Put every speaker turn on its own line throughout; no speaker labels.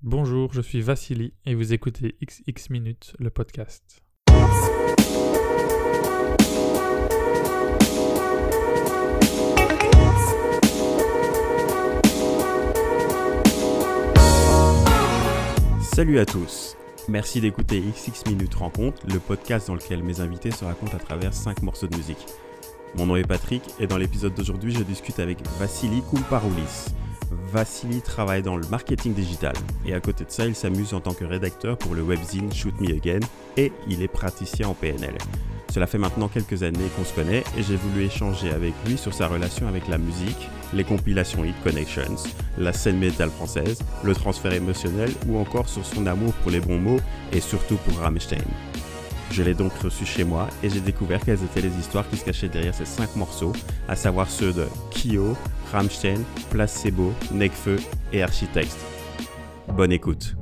Bonjour, je suis Vassili et vous écoutez XX Minutes, le podcast.
Salut à tous Merci d'écouter XX Minutes Rencontre, le podcast dans lequel mes invités se racontent à travers 5 morceaux de musique. Mon nom est Patrick et dans l'épisode d'aujourd'hui, je discute avec Vassili Koumparoulis. Vassili travaille dans le marketing digital et à côté de ça, il s'amuse en tant que rédacteur pour le webzine Shoot Me Again et il est praticien en PNL. Cela fait maintenant quelques années qu'on se connaît et j'ai voulu échanger avec lui sur sa relation avec la musique, les compilations Hit Connections, la scène métal française, le transfert émotionnel ou encore sur son amour pour les bons mots et surtout pour Rammstein. Je l'ai donc reçu chez moi et j'ai découvert quelles étaient les histoires qui se cachaient derrière ces 5 morceaux, à savoir ceux de Kyo, Rammstein, Placebo, Necfeu et Architecte. Bonne écoute.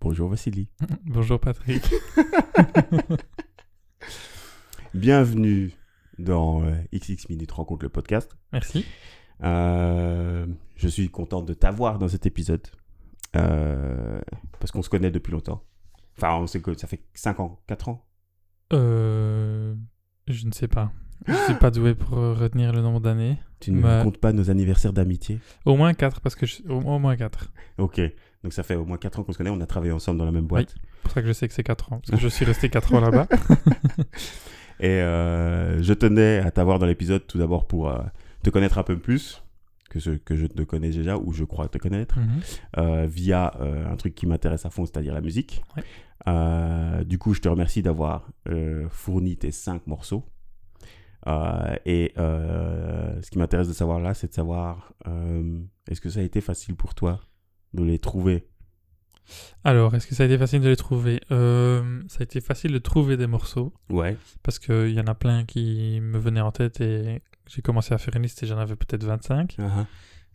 Bonjour Vassili.
Bonjour Patrick.
Bienvenue dans euh, XX Minutes Rencontre le podcast.
Merci.
Euh, je suis content de t'avoir dans cet épisode euh, parce qu'on se connaît depuis longtemps. Enfin, on sait que ça fait 5 ans, 4 ans.
Euh, je ne sais pas. Je suis pas doué pour euh, retenir le nombre d'années.
Tu ne
Bah-
comptes pas nos anniversaires d'amitié.
Au moins 4 parce que je... au au moins 4.
Ok, donc ça fait au moins 4 ans qu'on se connaît, on a travaillé ensemble dans la même boîte.
C'est pour ça que je sais que c'est 4 ans parce que je suis resté 4 ans là-bas.
Et euh, je tenais à t'avoir dans l'épisode tout d'abord pour euh, te connaître un peu plus que ce que je te connais déjà ou je crois te connaître.
Mhm.
euh, via euh, un truc qui m'intéresse à fond, c'est-à-dire la musique.
Ouais.
Euh, du coup, je te remercie d'avoir euh, fourni tes cinq morceaux. Euh, et euh, ce qui m'intéresse de savoir là, c'est de savoir euh, est-ce que ça a été facile pour toi de les trouver
Alors, est-ce que ça a été facile de les trouver Euh, Ça a été facile de trouver des morceaux
Ouais.
parce qu'il y en a plein qui me venaient en tête et j'ai commencé à faire une liste et j'en avais peut-être 25.
Uh-huh.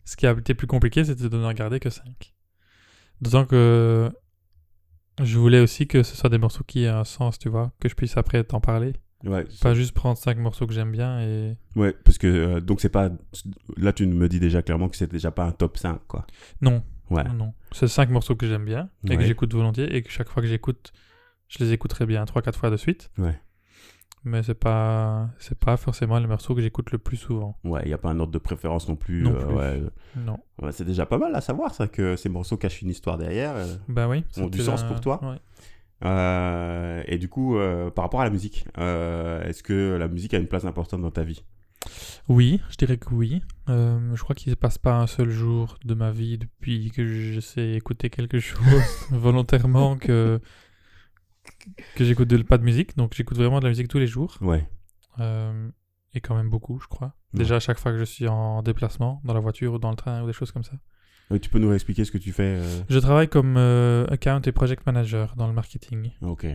Ce qui a été plus compliqué, c'était de ne regarder que 5. D'autant que je voulais aussi que ce soit des morceaux qui aient un sens, tu vois, que je puisse après t'en parler.
Ouais,
Pas juste prendre 5 morceaux que j'aime bien et...
ouais, parce que euh, donc c'est pas là tu me dis déjà clairement que c'est déjà pas un top 5 quoi.
Non,
Ouais.
non, non. C'est 5 morceaux que j'aime bien et que
Ouais.
j'écoute volontiers et que chaque fois que j'écoute, je les écouterai bien 3-4 fois de suite.
Ouais.
Mais c'est pas, c'est pas forcément les morceaux que j'écoute le plus souvent.
Ouais, il y a pas un ordre de préférence non plus.
Non
euh,
plus.
ouais.
Non.
Ouais, c'est déjà pas mal à savoir ça que ces morceaux cachent une histoire derrière. euh.
Bah oui.
Ont du
c'était
sens
un-
pour toi
ouais.
Euh, et du coup, euh, par rapport à la musique, euh, est-ce que la musique a une place importante dans ta vie
Oui, je dirais que oui. Euh, je crois qu'il ne se passe pas un seul jour de ma vie depuis que je sais écouter quelque chose volontairement que, que j'écoute de- pas de musique. Donc j'écoute vraiment de la musique tous les jours.
Ouais.
Euh, et quand même beaucoup, je crois.
Ouais.
Déjà à chaque fois que je suis en déplacement, dans la voiture ou dans le train ou des choses comme ça.
Euh, tu peux nous expliquer ce que tu fais euh,
Je travaille comme euh, account et project manager dans le marketing
Ok.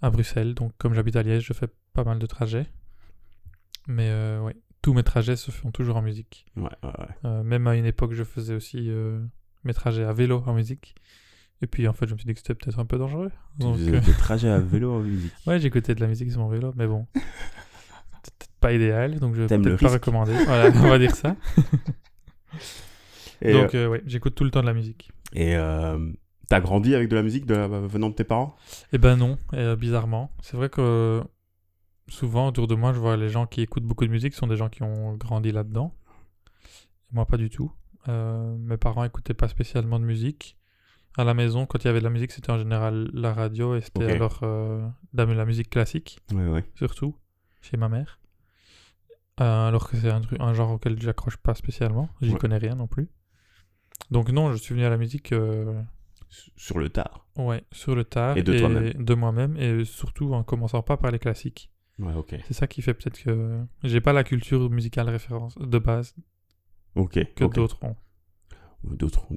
à Bruxelles. Donc comme j'habite à Liège, je fais pas mal de trajets. Mais euh, ouais, tous mes trajets se font toujours en musique.
Ouais, ouais, ouais.
Euh, même à une époque, je faisais aussi euh, mes trajets à vélo en musique. Et puis en fait, je me suis dit que c'était peut-être un peu dangereux. Donc,
Tu faisais
euh,
des trajets à vélo en musique.
ouais, j'écoutais de la musique sur mon vélo, mais bon, c'était peut-être pas idéal, donc je vais
T'aimes le
peut-être pas
risque.
recommander. Voilà, on va dire ça.
Et,
donc,
euh,
euh, ouais, j'écoute tout le temps de la musique.
et, euh, t'as grandi avec de la musique de la- venant de tes parents
Eh ben non, euh, bizarrement. C'est vrai que euh, souvent autour de moi, je vois les gens qui écoutent beaucoup de musique sont des gens qui ont grandi là-dedans. Moi, pas du tout. Euh, mes parents écoutaient pas spécialement de musique. À la maison, quand il y avait de la musique, c'était en général la radio et c'était
Ok.
alors euh, la, la musique classique,
Ouais, ouais.
surtout, chez ma mère. Euh, alors que c'est un, truc- un genre auquel j'accroche pas spécialement. J'y
Ouais.
connais rien non plus. Donc non, je suis venu à la musique... euh,
Sur le tard.
Ouais, sur le tard
Et de toi-même.
de moi-même et surtout en commençant pas par les classiques.
Ouais, ok.
C'est ça qui fait peut-être que j'ai pas la culture musicale référence de base
Ok.
que
ok.
d'autres ont.
Ou D'autres. on-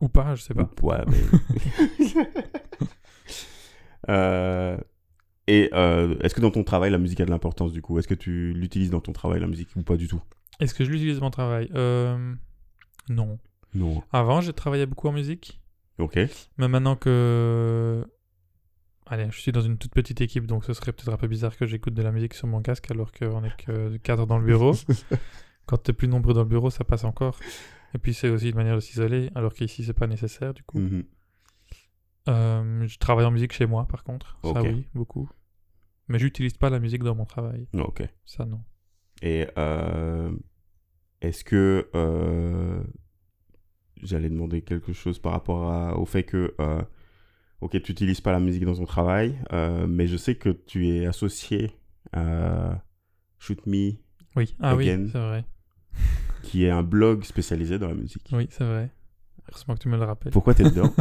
Ou pas, je sais pas.
Ouais, mais- Euh, et euh, est-ce que dans ton travail, la musique a de l'importance du coup Est-ce que tu l'utilises dans ton travail, la musique, ou pas du tout
Est-ce que je l'utilise dans mon travail Euh, Non.
Non.
Avant, j'ai travaillé beaucoup en musique,
Ok.
mais maintenant que Allez, je suis dans une toute petite équipe, donc ce serait peut-être un peu bizarre que j'écoute de la musique sur mon casque alors qu'on est que quatre dans le bureau. Quand t'es plus nombreux dans le bureau, ça passe encore. Et puis c'est aussi une manière de s'isoler, alors qu'ici c'est pas nécessaire du coup.
Mhm.
Euh, je travaille en musique chez moi par contre, ça
Ok.
oui, beaucoup. Mais j'utilise pas la musique dans mon travail,
Ok.
ça non.
Et euh, est-ce que euh, j'allais demander quelque chose par rapport à- au fait que euh, ok tu n'utilises pas la musique dans ton travail, euh, mais je sais que tu es associé à Shoot Me,
Oui, ah
Again.
oui, c'est vrai.
qui est un blog spécialisé dans la musique.
Oui, c'est vrai. Heureusement que tu me le rappelles.
Pourquoi t'es dedans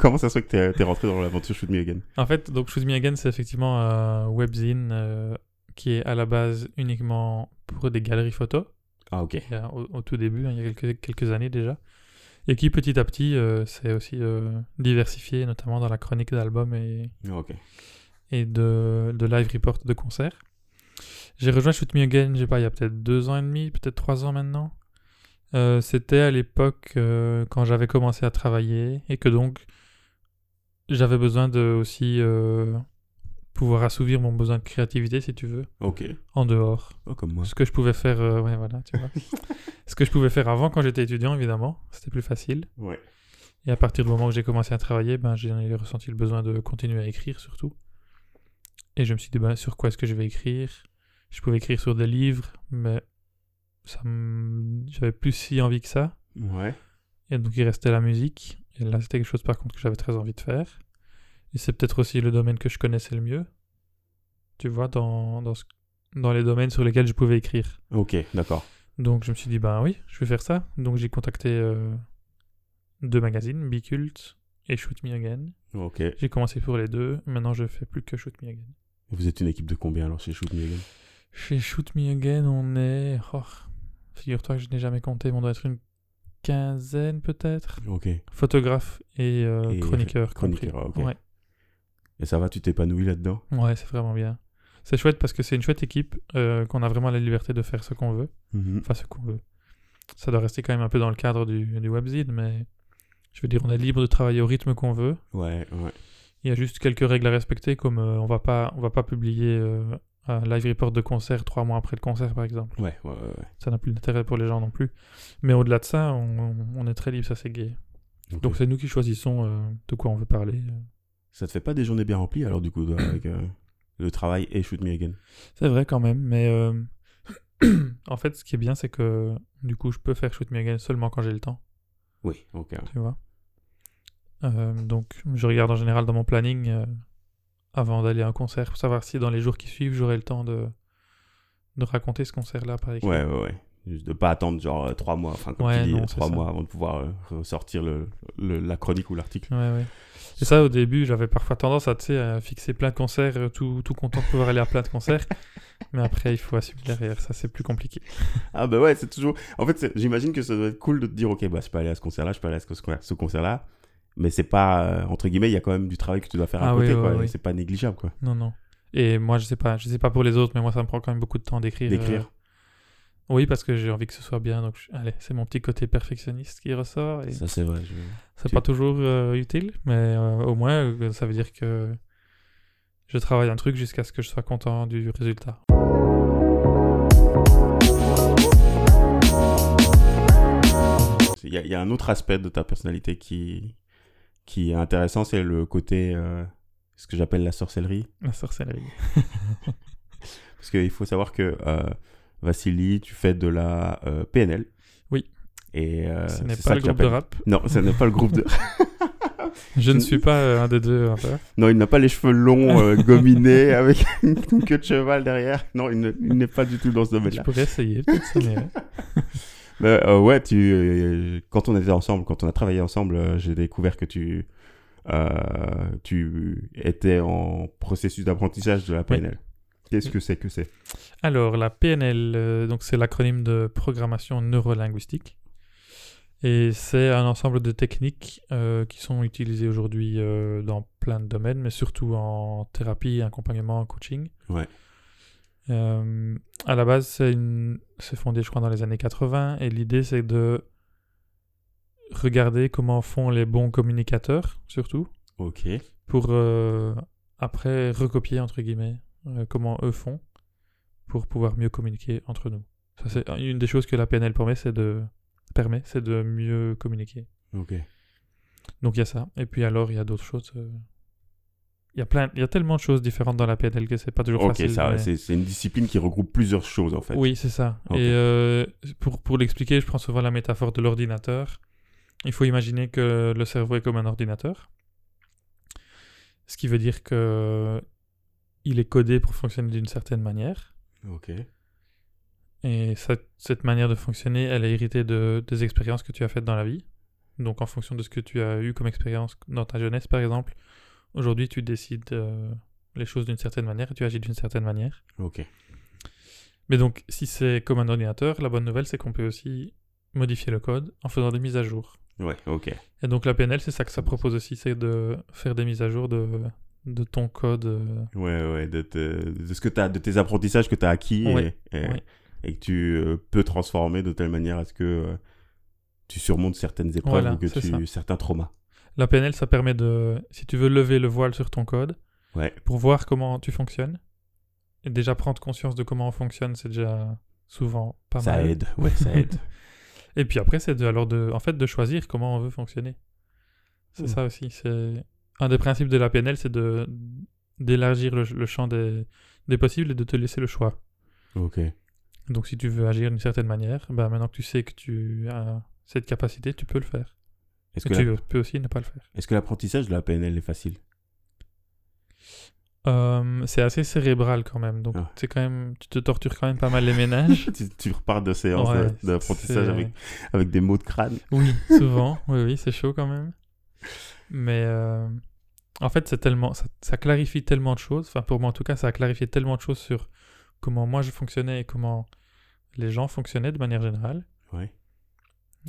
Comment ça se fait que t'es t'es rentré dans l'aventure Shoot Me Again
En fait, donc Choose Me Again, c'est effectivement un webzine euh, qui est à la base uniquement pour des galeries photos.
Ah ok.
il y a- au, au tout début, hein, il y a quelques, quelques années déjà, et qui petit à petit euh, s'est aussi euh, diversifié, notamment dans la chronique d'albums et,
Ah, ok.
et de, de live report de concerts. J'ai rejoint Shoot Me Again, je sais pas, il y a peut-être deux ans et demi, peut-être trois ans maintenant. Euh, C'était à l'époque euh, quand j'avais commencé à travailler et que donc j'avais besoin de aussi euh, pouvoir assouvir mon besoin de créativité, si tu veux,
Ok.
en dehors
Oh comme moi.
ce que je pouvais faire euh, ouais, voilà, tu vois. ce que je pouvais faire avant quand j'étais étudiant évidemment c'était plus facile
Ouais.
et à partir du moment où j'ai commencé à travailler ben j'ai ressenti le besoin de continuer à écrire surtout et je me suis dit ben, sur quoi est-ce que je vais écrire je pouvais écrire sur des livres mais ça me- j'avais plus si envie que ça
Ouais.
et donc il restait la musique et là c'était quelque chose par contre que j'avais très envie de faire et c'est peut-être aussi le domaine que je connaissais le mieux tu vois dans dans, ce- dans les domaines sur lesquels je pouvais écrire
Ok, d'accord.
donc je me suis dit, ben oui, je vais faire ça. Donc j'ai contacté euh, deux magazines, Bicult et Shoot Me Again.
Ok.
J'ai commencé pour les deux, maintenant je fais plus que Shoot Me Again.
Vous êtes une équipe de combien alors chez Shoot Me Again
Chez Shoot Me Again, on est... oh, Figure-toi que je n'ai jamais compté, mais on doit être une quinzaine peut-être.
Ok.
Photographe et, euh,
Et
chroniqueur. compris.
chroniqueur, ok.
Ouais,
Et ça va, tu t'épanouis là-dedans
ouais c'est vraiment bien. C'est chouette parce que c'est une chouette équipe, euh, qu'on a vraiment la liberté de faire ce qu'on veut.
Mhm.
enfin ce qu'on veut. Ça doit rester quand même un peu dans le cadre du, du webzine, mais je veux dire, on est libre de travailler au rythme qu'on veut.
Ouais, ouais.
Il y a juste quelques règles à respecter, comme euh, on va pas, on va pas publier euh, un live report de concert trois mois après le concert, par exemple.
Ouais, ouais, ouais, ouais.
Ça n'a plus d'intérêt pour les gens non plus. Mais au-delà de ça, on, on est très libre, ça c'est gay.
Ok.
Donc c'est nous qui choisissons euh, de quoi on veut parler.
ça te fait pas des journées bien remplies alors du coup toi, avec euh, le travail et Shoot Me Again
C'est vrai quand même, mais euh, en fait, ce qui est bien, c'est que du coup, je peux faire Shoot Me Again seulement quand j'ai le temps.
Oui, ok.
tu vois. Euh, donc, je regarde en général dans mon planning euh, avant d'aller à un concert pour savoir si dans les jours qui suivent j'aurai le temps de, de raconter ce concert-là par écrit.
Ouais, ouais, ouais. Juste de pas attendre genre euh, trois mois, enfin comme
Ouais,
tu dis,
non, c'est
trois
ça.
mois avant de pouvoir euh, ressortir le, le- la chronique ou l'article.
Ouais, ouais. Et ça, au début, j'avais parfois tendance à, tu sais, à fixer plein de concerts, euh, tout, tout content de pouvoir aller à plein de concerts. Mais après, il faut assumer derrière, ça c'est plus compliqué.
Ah bah ouais, c'est toujours... En fait, c'est- j'imagine que ça doit être cool de te dire, ok, bah je peux aller à ce concert-là, je peux aller à ce, con- ce concert-là, mais c'est pas, euh, entre guillemets, il y a quand même du travail que tu dois faire à
Ah oui,
côté,
ouais,
quoi,
ouais,
et
oui.
c'est pas négligeable, quoi,
Non, non. Et moi, je sais pas, je sais pas pour les autres, mais moi, ça me prend quand même beaucoup de temps d'écrire. euh,
d'écrire.
Oui, parce que j'ai envie que ce soit bien. Donc, je- allez, c'est mon petit côté perfectionniste qui ressort. Et...
Ça, c'est vrai. je-
C'est
Tu-
pas toujours euh, utile, mais euh, au moins euh, ça veut dire que je travaille un truc jusqu'à ce que je sois content du résultat.
Il y, a- il y a un autre aspect de ta personnalité qui, qui est intéressant, c'est le côté, euh, ce que j'appelle la sorcellerie.
La sorcellerie.
Parce qu'il faut savoir que, euh, Vassili, tu fais de la euh, PNL.
Oui.
Et, euh,
Ce n'est
c'est
pas
ça
le
que
groupe de
j'appelle-
rap.
Non, ce n'est pas le groupe de...
Je ne suis pas euh, un des deux. en fait.
Non, il n'a pas les cheveux longs, euh, gominés, avec une queue de cheval derrière. Non, il ne- il n'est pas du tout dans ce
je
domaine-là.
pourrais essayer, peut-être, ça m'irait.
Mais, euh, ouais, tu, euh, quand on était ensemble, quand on a travaillé ensemble, euh, j'ai découvert que tu, euh, tu étais en processus d'apprentissage de la PNL. Qu'est-ce que c'est que c'est
Alors, la PNL, euh, donc c'est l'acronyme de programmation neurolinguistique. Et c'est un ensemble de techniques euh, qui sont utilisées aujourd'hui euh, dans plein de domaines, mais surtout en thérapie, accompagnement, coaching.
Ouais.
Euh, à la base, c'est une... c'est fondé, je crois, dans les années 80. Et l'idée, c'est de regarder comment font les bons communicateurs, surtout,
Ok.
pour euh, après recopier, entre guillemets, euh, comment eux font pour pouvoir mieux communiquer entre nous. Ça, c'est une des choses que la PNL permet, c'est de, permet, c'est de mieux communiquer.
Ok.
Donc il y a ça. Et puis alors, il y a d'autres choses. euh, Il y, a plein, il y a tellement de choses différentes dans la PNL que c'est pas toujours
Ok,
facile.
ça,
mais-
c'est c'est une discipline qui regroupe plusieurs choses en fait.
Oui, c'est ça.
Ok.
Et euh, pour, pour l'expliquer, je prends souvent la métaphore de l'ordinateur. Il faut imaginer que le cerveau est comme un ordinateur. Ce qui veut dire que il est codé pour fonctionner d'une certaine manière.
Ok.
Et ça- cette manière de fonctionner, elle est héritée de, des expériences que tu as faites dans la vie. Donc en fonction de ce que tu as eu comme expérience dans ta jeunesse, par exemple, aujourd'hui tu décides euh, les choses d'une certaine manière et tu agis d'une certaine manière.
Ok.
Mais donc, si c'est comme un ordinateur, la bonne nouvelle, c'est qu'on peut aussi modifier le code en faisant des mises à jour.
Ouais, ok.
Et donc, la PNL, c'est ça que ça propose aussi, c'est de faire des mises à jour de, de ton code. euh,
Ouais, ouais, de, te- de ce que t'as, de tes apprentissages que tu as acquis et-
Ouais,
et,
ouais.
et que tu euh, peux transformer de telle manière à ce que euh, tu surmontes certaines épreuves
Voilà,
ou que
c'est
tu
ça.
certains traumas.
La PNL, ça permet de, si tu veux lever le voile sur ton code,
Ouais.
pour voir comment tu fonctionnes, et déjà prendre conscience de comment on fonctionne, c'est déjà souvent pas
ça
mal.
aide, ouais, ça aide.
Et puis après, c'est de, alors de, en fait de choisir comment on veut fonctionner. C'est
Hmm.
ça aussi. C'est un des principes de la PNL, c'est de d'élargir le, le champ des, des possibles et de te laisser le choix.
ok.
Donc si tu veux agir d'une certaine manière, bah maintenant que tu sais que tu as cette capacité, tu peux le faire.
Est-ce
Et
que,
tu
la-
peux aussi ne pas le faire.
est-ce que l'apprentissage de la PNL est facile
Euh, c'est assez cérébral quand même, donc
Ah ouais.
c'est quand même, tu te tortures quand même pas mal les ménages.
tu, tu repars de séance
Ouais,
de- d'apprentissage
c'est-
avec, avec des mots de crâne.
Oui, souvent. oui, oui, c'est chaud quand même. Mais euh, en fait, c'est tellement, ça, ça clarifie tellement de choses. Enfin, pour moi, en tout cas, ça a clarifié tellement de choses sur comment moi je fonctionnais et comment les gens fonctionnaient de manière générale
Ouais.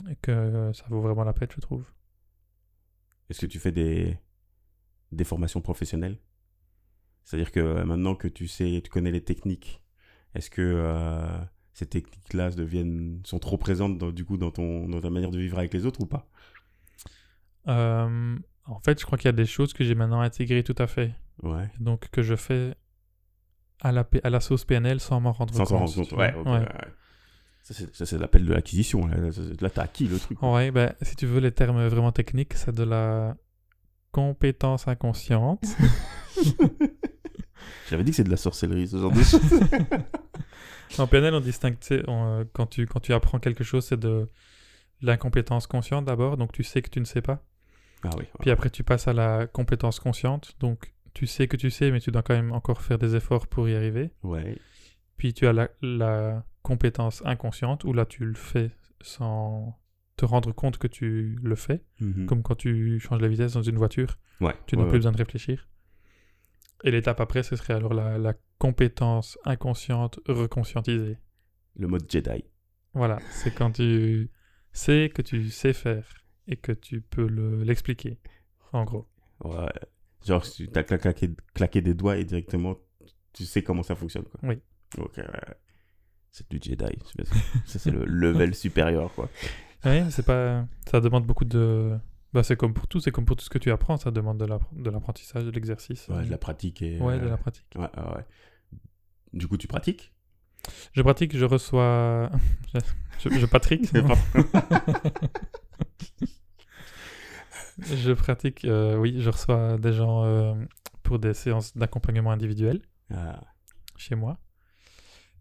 et que euh, ça vaut vraiment la peine, je trouve.
Est-ce que tu fais des, des formations professionnelles C'est-à-dire que euh, maintenant que tu sais, tu connais les techniques, est-ce que euh, ces techniques-là deviennent, sont trop présentes dans- du coup dans, ton, dans ta manière de vivre avec les autres ou pas
Euh, en fait, je crois qu'il y a des choses que j'ai maintenant intégrées tout à fait,
Ouais.
donc que je fais à la, P- à la sauce PNL sans m'en rendre
Sans
compte.
s'en rendre
tu
compte,
vois.
ouais. ok, ouais, ouais. Ça, c'est- Ça, c'est l'appel de l'acquisition. Là, Là, c'est- là, t'as acquis le truc.
Ouais, ben, si tu veux les termes vraiment techniques, c'est de la compétence inconsciente.
J'avais dit que c'est de la sorcellerie, ce genre de choses.
en PNL, on distingue, tu sais, on, euh, quand, tu, quand tu apprends quelque chose, c'est de l'incompétence consciente d'abord, donc tu sais que tu ne sais pas.
Ah oui. ouais.
Puis après, tu passes à la compétence consciente, donc tu sais que tu sais, mais tu dois quand même encore faire des efforts pour y arriver.
Ouais.
Puis tu as la, la compétence inconsciente, où là, tu le fais sans te rendre compte que tu le fais.
Mhm.
comme quand tu changes la vitesse dans une voiture,
Ouais,
tu
ouais,
n'as
ouais.
plus besoin de réfléchir. Et l'étape après, ce serait alors la, la compétence inconsciente reconscientisée.
Le mode Jedi.
Voilà, c'est quand tu sais que tu sais faire et que tu peux le- l'expliquer, en gros.
Ouais. Genre, tu as claqué, claqué des doigts et directement, tu sais comment ça fonctionne, quoi.
Oui.
Ok, ouais. C'est du Jedi. c'est bien ça. Ça, c'est le level supérieur, quoi.
Oui, c'est pas... Ça demande beaucoup de... Bah, c'est comme pour tout, c'est comme pour tout ce que tu apprends, ça demande de l'appr- de l'apprentissage, de l'exercice.
Ouais, de la pratique et...
Ouais,
euh,
de la pratique.
ouais, ouais, ouais. Du coup, tu pratiques
Je pratique, je reçois... je, je- je Patrick,
C'est pas-
Je pratique, euh, oui, je reçois des gens euh, pour des séances d'accompagnement individuel
Ah,
chez moi.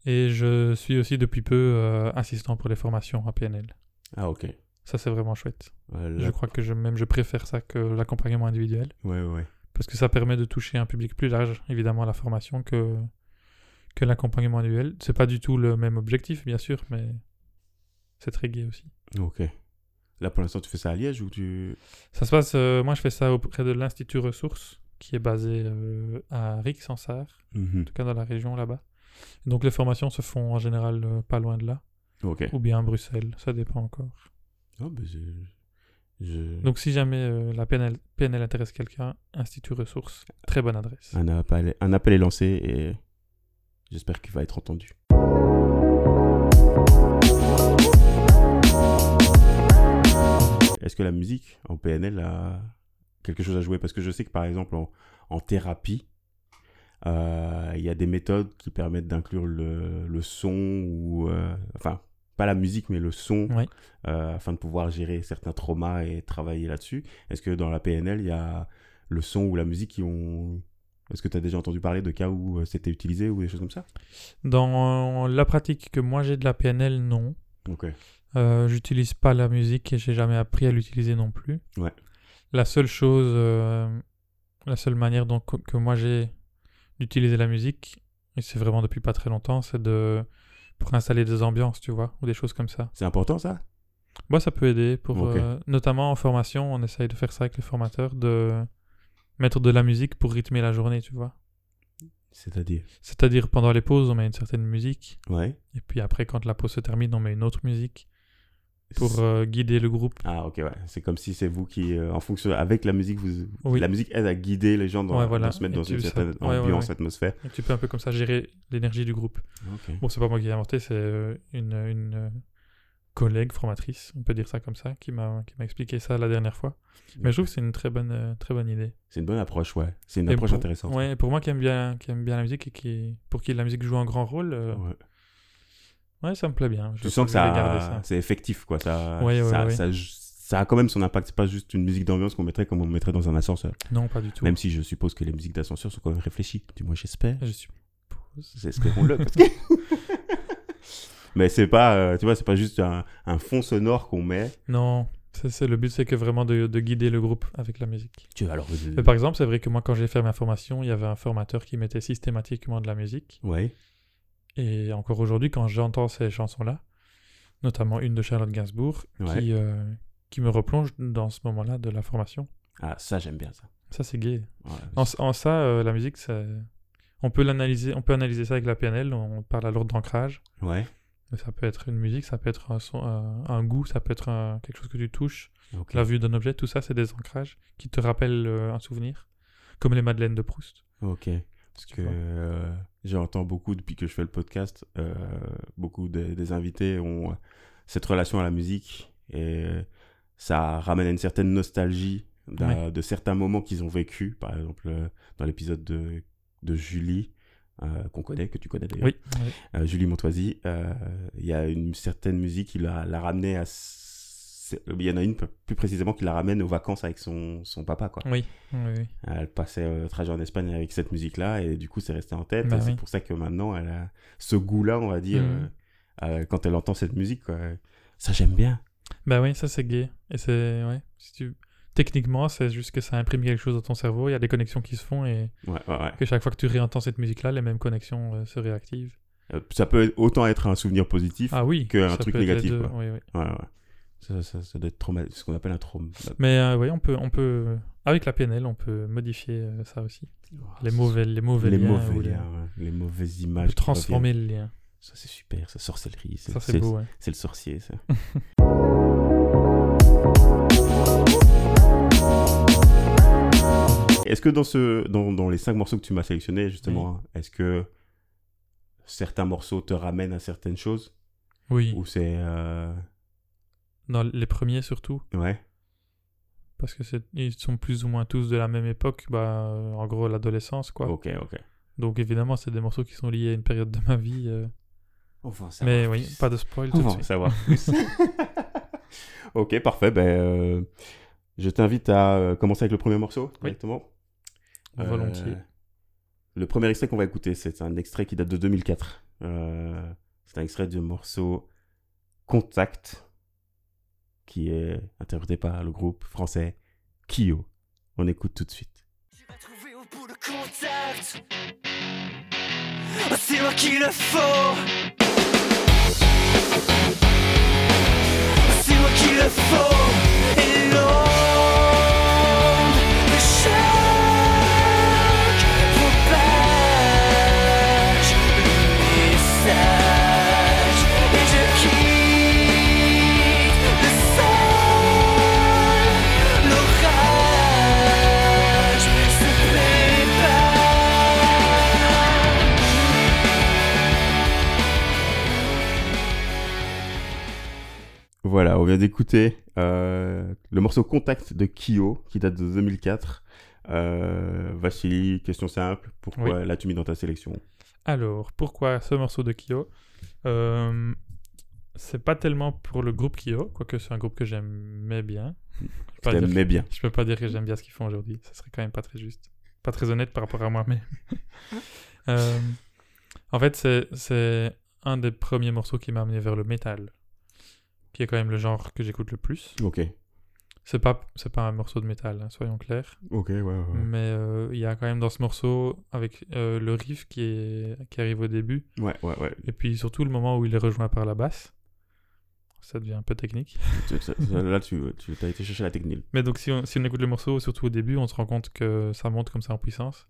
Et je suis aussi depuis peu euh, assistant pour les formations à PNL.
ah, ok.
Ça, c'est vraiment chouette.
Ouais,
Je
là-
crois que je, même je préfère ça que l'accompagnement individuel.
ouais, ouais.
Parce que ça permet de toucher un public plus large, évidemment, à la formation que, que l'accompagnement individuel. C'est pas du tout le même objectif, bien sûr, mais c'est très gai aussi.
Ok. Là, pour l'instant, tu fais ça à Liège ou tu...
Ça se passe, euh, moi je fais ça auprès de l'Institut Ressources, qui est basé euh, à Rixensart.
Mhm.
en tout cas dans la région là-bas. Donc les formations se font en général euh, pas loin de là,
Ok.
ou bien à Bruxelles, ça dépend encore.
Oh, bah, je... je-
Donc si jamais euh, la PNL, PNL intéresse quelqu'un, Institut Ressources, très bonne adresse.
Un appel, un appel est lancé et j'espère qu'il va être entendu. Est-ce que la musique en PNL a quelque chose à jouer Parce que je sais que par exemple en, en thérapie, Euh, Il y a des méthodes qui permettent d'inclure le, le son ou euh, enfin pas la musique mais le son
Oui.
euh, afin de pouvoir gérer certains traumas et travailler là-dessus. Est-ce que dans la PNL il y a le son ou la musique qui ont est-ce que tu as déjà entendu parler de cas où euh, c'était utilisé ou des choses comme ça
Dans euh, la pratique que moi j'ai de la PNL, non.
Ok.
Euh, J'utilise pas la musique et j'ai jamais appris à l'utiliser non plus.
Ouais.
La seule chose, euh, la seule manière donc que- que moi j'ai d'utiliser la musique, et c'est vraiment depuis pas très longtemps, c'est de pour installer des ambiances, tu vois, ou des choses comme ça.
C'est important ça
Moi, ça peut aider pour
Ok.
euh, notamment en formation, on essaye de faire ça avec les formateurs, de mettre de la musique pour rythmer la journée, tu vois.
C'est-à-dire
C'est-à-dire pendant les pauses, on met une certaine musique,
Ouais.
et puis après, quand la pause se termine, on met une autre musique
C'est-
pour euh, guider le groupe.
Ah ok ouais, c'est comme si c'est vous qui, euh, en fonction avec la musique, vous
Oui.
la musique aide à guider les gens dans,
Ouais, voilà.
dans se mettre
Et
dans
tu-
une
ça-
certaine
ouais, ouais,
ambiance,
ouais.
atmosphère.
Et tu peux un peu comme ça gérer l'énergie du groupe. Bon, c'est pas moi qui l'ai inventé, c'est euh, une, une euh, collègue formatrice, on peut dire ça comme ça, qui m'a qui m'a expliqué ça la dernière fois. Mais je trouve que c'est une très bonne, euh, très bonne idée.
C'est une bonne approche, ouais. C'est une
Et
approche
pour-
intéressante.
Ouais, et pour moi qui aime bien, qui aime bien la musique et qui, pour qui la musique joue un grand rôle, euh,
Ouais.
ouais, ça me plaît bien. Je
Tu sens que
je vais garder
ça, c'est effectif quoi. Ça,
Ouais, ouais,
ça,
ouais, ouais.
ça, ça a quand même son impact. C'est pas juste une musique d'ambiance qu'on mettrait comme on mettrait dans un ascenseur.
Non, pas du tout.
Même si je suppose que les musiques d'ascenseur sont quand même réfléchies. Du moins j'espère.
Je suis...
C'est ce qu'on le. parce que- Mais c'est pas, euh, tu vois, c'est pas juste un, un fond sonore qu'on met.
Non, c'est c'est- le but, c'est que vraiment de, de guider le groupe avec la musique.
Tu alors. euh,
Mais par exemple, c'est vrai que moi, quand j'ai fait ma formation, il y avait un formateur qui mettait systématiquement de la musique.
Ouais.
Et encore aujourd'hui, quand j'entends ces chansons-là, notamment une de Charlotte Gainsbourg,
Ouais.
qui, euh, qui me replonge dans ce moment-là de la formation.
Ah ça j'aime bien ça.
Ça, c'est gay.
Ouais,
En, en ça, euh, la musique, ça- on peut l'analyser, on peut analyser ça avec la PNL. On parle alors d'ancrage,
ouais.
mais ça peut être une musique, ça peut être un son, un, un goût, ça peut être un- quelque chose que tu touches,
Ok.
la vue d'un objet, tout ça, c'est des ancrages qui te rappellent euh, un souvenir, comme les madeleines de Proust.
Ok. Parce que
vois.
euh, j'entends beaucoup depuis que je fais le podcast, euh, beaucoup de- des invités ont euh, cette relation à la musique et euh, ça ramène à une certaine nostalgie d'un- de certains moments qu'ils ont vécu. Par exemple, euh, dans l'épisode de, de Julie, euh, qu'on connaît, que tu connais d'ailleurs,
Oui. oui.
euh, Julie Montoisy, euh, il y a une certaine musique qui l'a, l'a ramenée à. s- Il y en a une plus précisément qui la ramène aux vacances avec son, son papa, quoi.
Oui. oui, oui.
Elle passait euh, le trajet en Espagne avec cette musique-là et du coup c'est resté en tête.
Bah
et C'est
oui.
pour ça que maintenant elle a ce goût-là, on va dire,
Mhm.
euh, euh, quand elle entend cette musique. quoi. Ça j'aime bien.
Bah oui, ça c'est gay. Et c'est ouais. Si tu... Techniquement, c'est juste que ça imprime quelque chose dans ton cerveau. Il y a des connexions qui se font et
Ouais, ouais, ouais.
que chaque fois que tu réentends cette musique-là, les mêmes connexions euh, se réactivent.
Euh, ça peut être- autant être un souvenir positif.
Ah oui.
Que un
ça
truc
peut être les
négatif,
deux.
quoi.
Oui, oui.
Ouais, ouais. Ça, ça, ça doit être trauma- ce qu'on appelle un trauma.
Mais euh, oui, on peut, on peut, avec la PNL, on peut modifier euh, ça aussi. Les mauvais,
mauvaises
les mauvais
Ah, les
liens. ou
mauvais
les-
liens, Ah, ouais. les mauvaises
on
images.
peut
qui
transformer le lien.
reviennent. Ça c'est super, ça sorcellerie.
Ça, c'est beau. ouais.
C'est le sorcier, ça. est-ce que dans, ce, dans, dans les cinq morceaux que tu m'as sélectionnés, justement, hein, est-ce que certains morceaux te ramènent à certaines choses
Oui.
Ou c'est. euh,
Dans les premiers surtout,
Ouais,
parce que c'est- ils sont plus ou moins tous de la même époque. Bah, euh, en gros, l'adolescence, quoi.
ok, ok.
Donc évidemment, c'est des morceaux qui sont liés à une période de ma vie. euh,
On va en savoir
Mais oui,
plus.
pas de spoil
On
tout de
va en
suite.
savoir plus. ok, parfait. Ben, euh, je t'invite à euh, commencer avec le premier morceau directement. Euh,
Volontiers.
le premier extrait qu'on va écouter, c'est un extrait qui date de 2004. Euh, c'est un extrait du morceau Contact, qui est interprété par le groupe français Kyo. On écoute tout de suite.
Tu m'as trouvé au bout de contact. Oh, c'est moi qui le faut. Oh, c'est moi qui le faut. Et l'onde de choc propage le message. Et je quitte le sol, l'orage se prépare.
Voilà, on vient d'écouter euh, le morceau Contact de Kyo, qui date de 2004. Euh, Vassili, question simple, pourquoi l'as-tu mis dans ta sélection
Alors, pourquoi ce morceau de Kyo Euh, C'est pas tellement pour le groupe Kyo, quoique c'est un groupe que j'aimais bien. Je peux pas dire-
T'aimais bien.
Je peux pas dire que j'aime bien ce qu'ils font aujourd'hui. Ça serait quand même pas très juste. Pas très honnête par rapport à moi-même. Euh, en fait, c'est- c'est un des premiers morceaux qui m'a amené vers le métal, qui est quand même le genre que j'écoute le plus.
Ok,
C'est pas, c'est pas un morceau de métal, hein, soyons clairs.
ok, ouais, ouais.
Mais euh, il y a quand même dans ce morceau, avec euh, le riff qui, est, qui arrive au début,
Ouais, ouais, ouais.
et puis surtout le moment où il est rejoint par la basse. Ça devient un peu technique.
Tu- ça- ça- Là, tu, tu as été chercher la technique.
Mais donc, si on, si on écoute le morceau, surtout au début, on se rend compte que ça monte comme ça en puissance.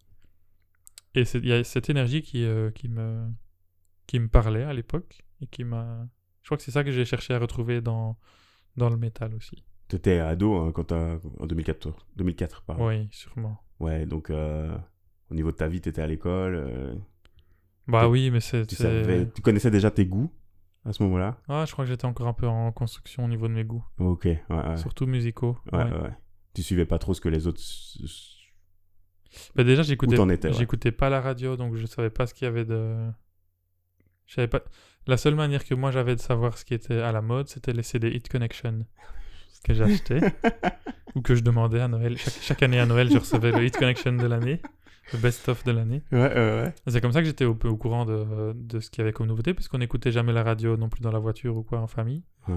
Et c'est- il y a cette énergie qui, euh, qui, me, qui me parlait à l'époque. Et qui m'a. Je crois que c'est ça que j'ai cherché à retrouver dans, dans le métal aussi.
T'étais ado hein, quand t'as- en 2004, 2004 pardon.
Oui, sûrement.
Ouais, donc euh, au niveau de ta vie, t'étais à l'école, euh,
Bah
Tu-
oui, mais c'est.
tu,
c'est-
savais, tu connaissais déjà tes goûts à ce moment-là
Ah, je crois que j'étais encore un peu en construction au niveau de mes goûts,
Ok, ouais, ouais.
surtout musicaux.
Ouais,
ouais.
ouais, ouais. Tu suivais pas trop ce que les autres. s- s-
Bah déjà,
Où
j'écoutais
t'en étais, ouais.
j'écoutais pas la radio, donc je savais pas ce qu'il y avait de. Je savais pas. La seule manière que moi j'avais de savoir ce qui était à la mode, c'était les CD Hit Connection que j'achetais ou que je demandais à Noël. Chaque, chaque année à Noël, je recevais le Hit Connection de l'année, le best of de l'année.
Ouais, ouais, ouais.
C'est comme ça que j'étais au, au courant de, de ce qu'il y avait comme nouveauté, puisqu'on n'écoutait jamais la radio non plus dans la voiture ou quoi en famille.
Ouais.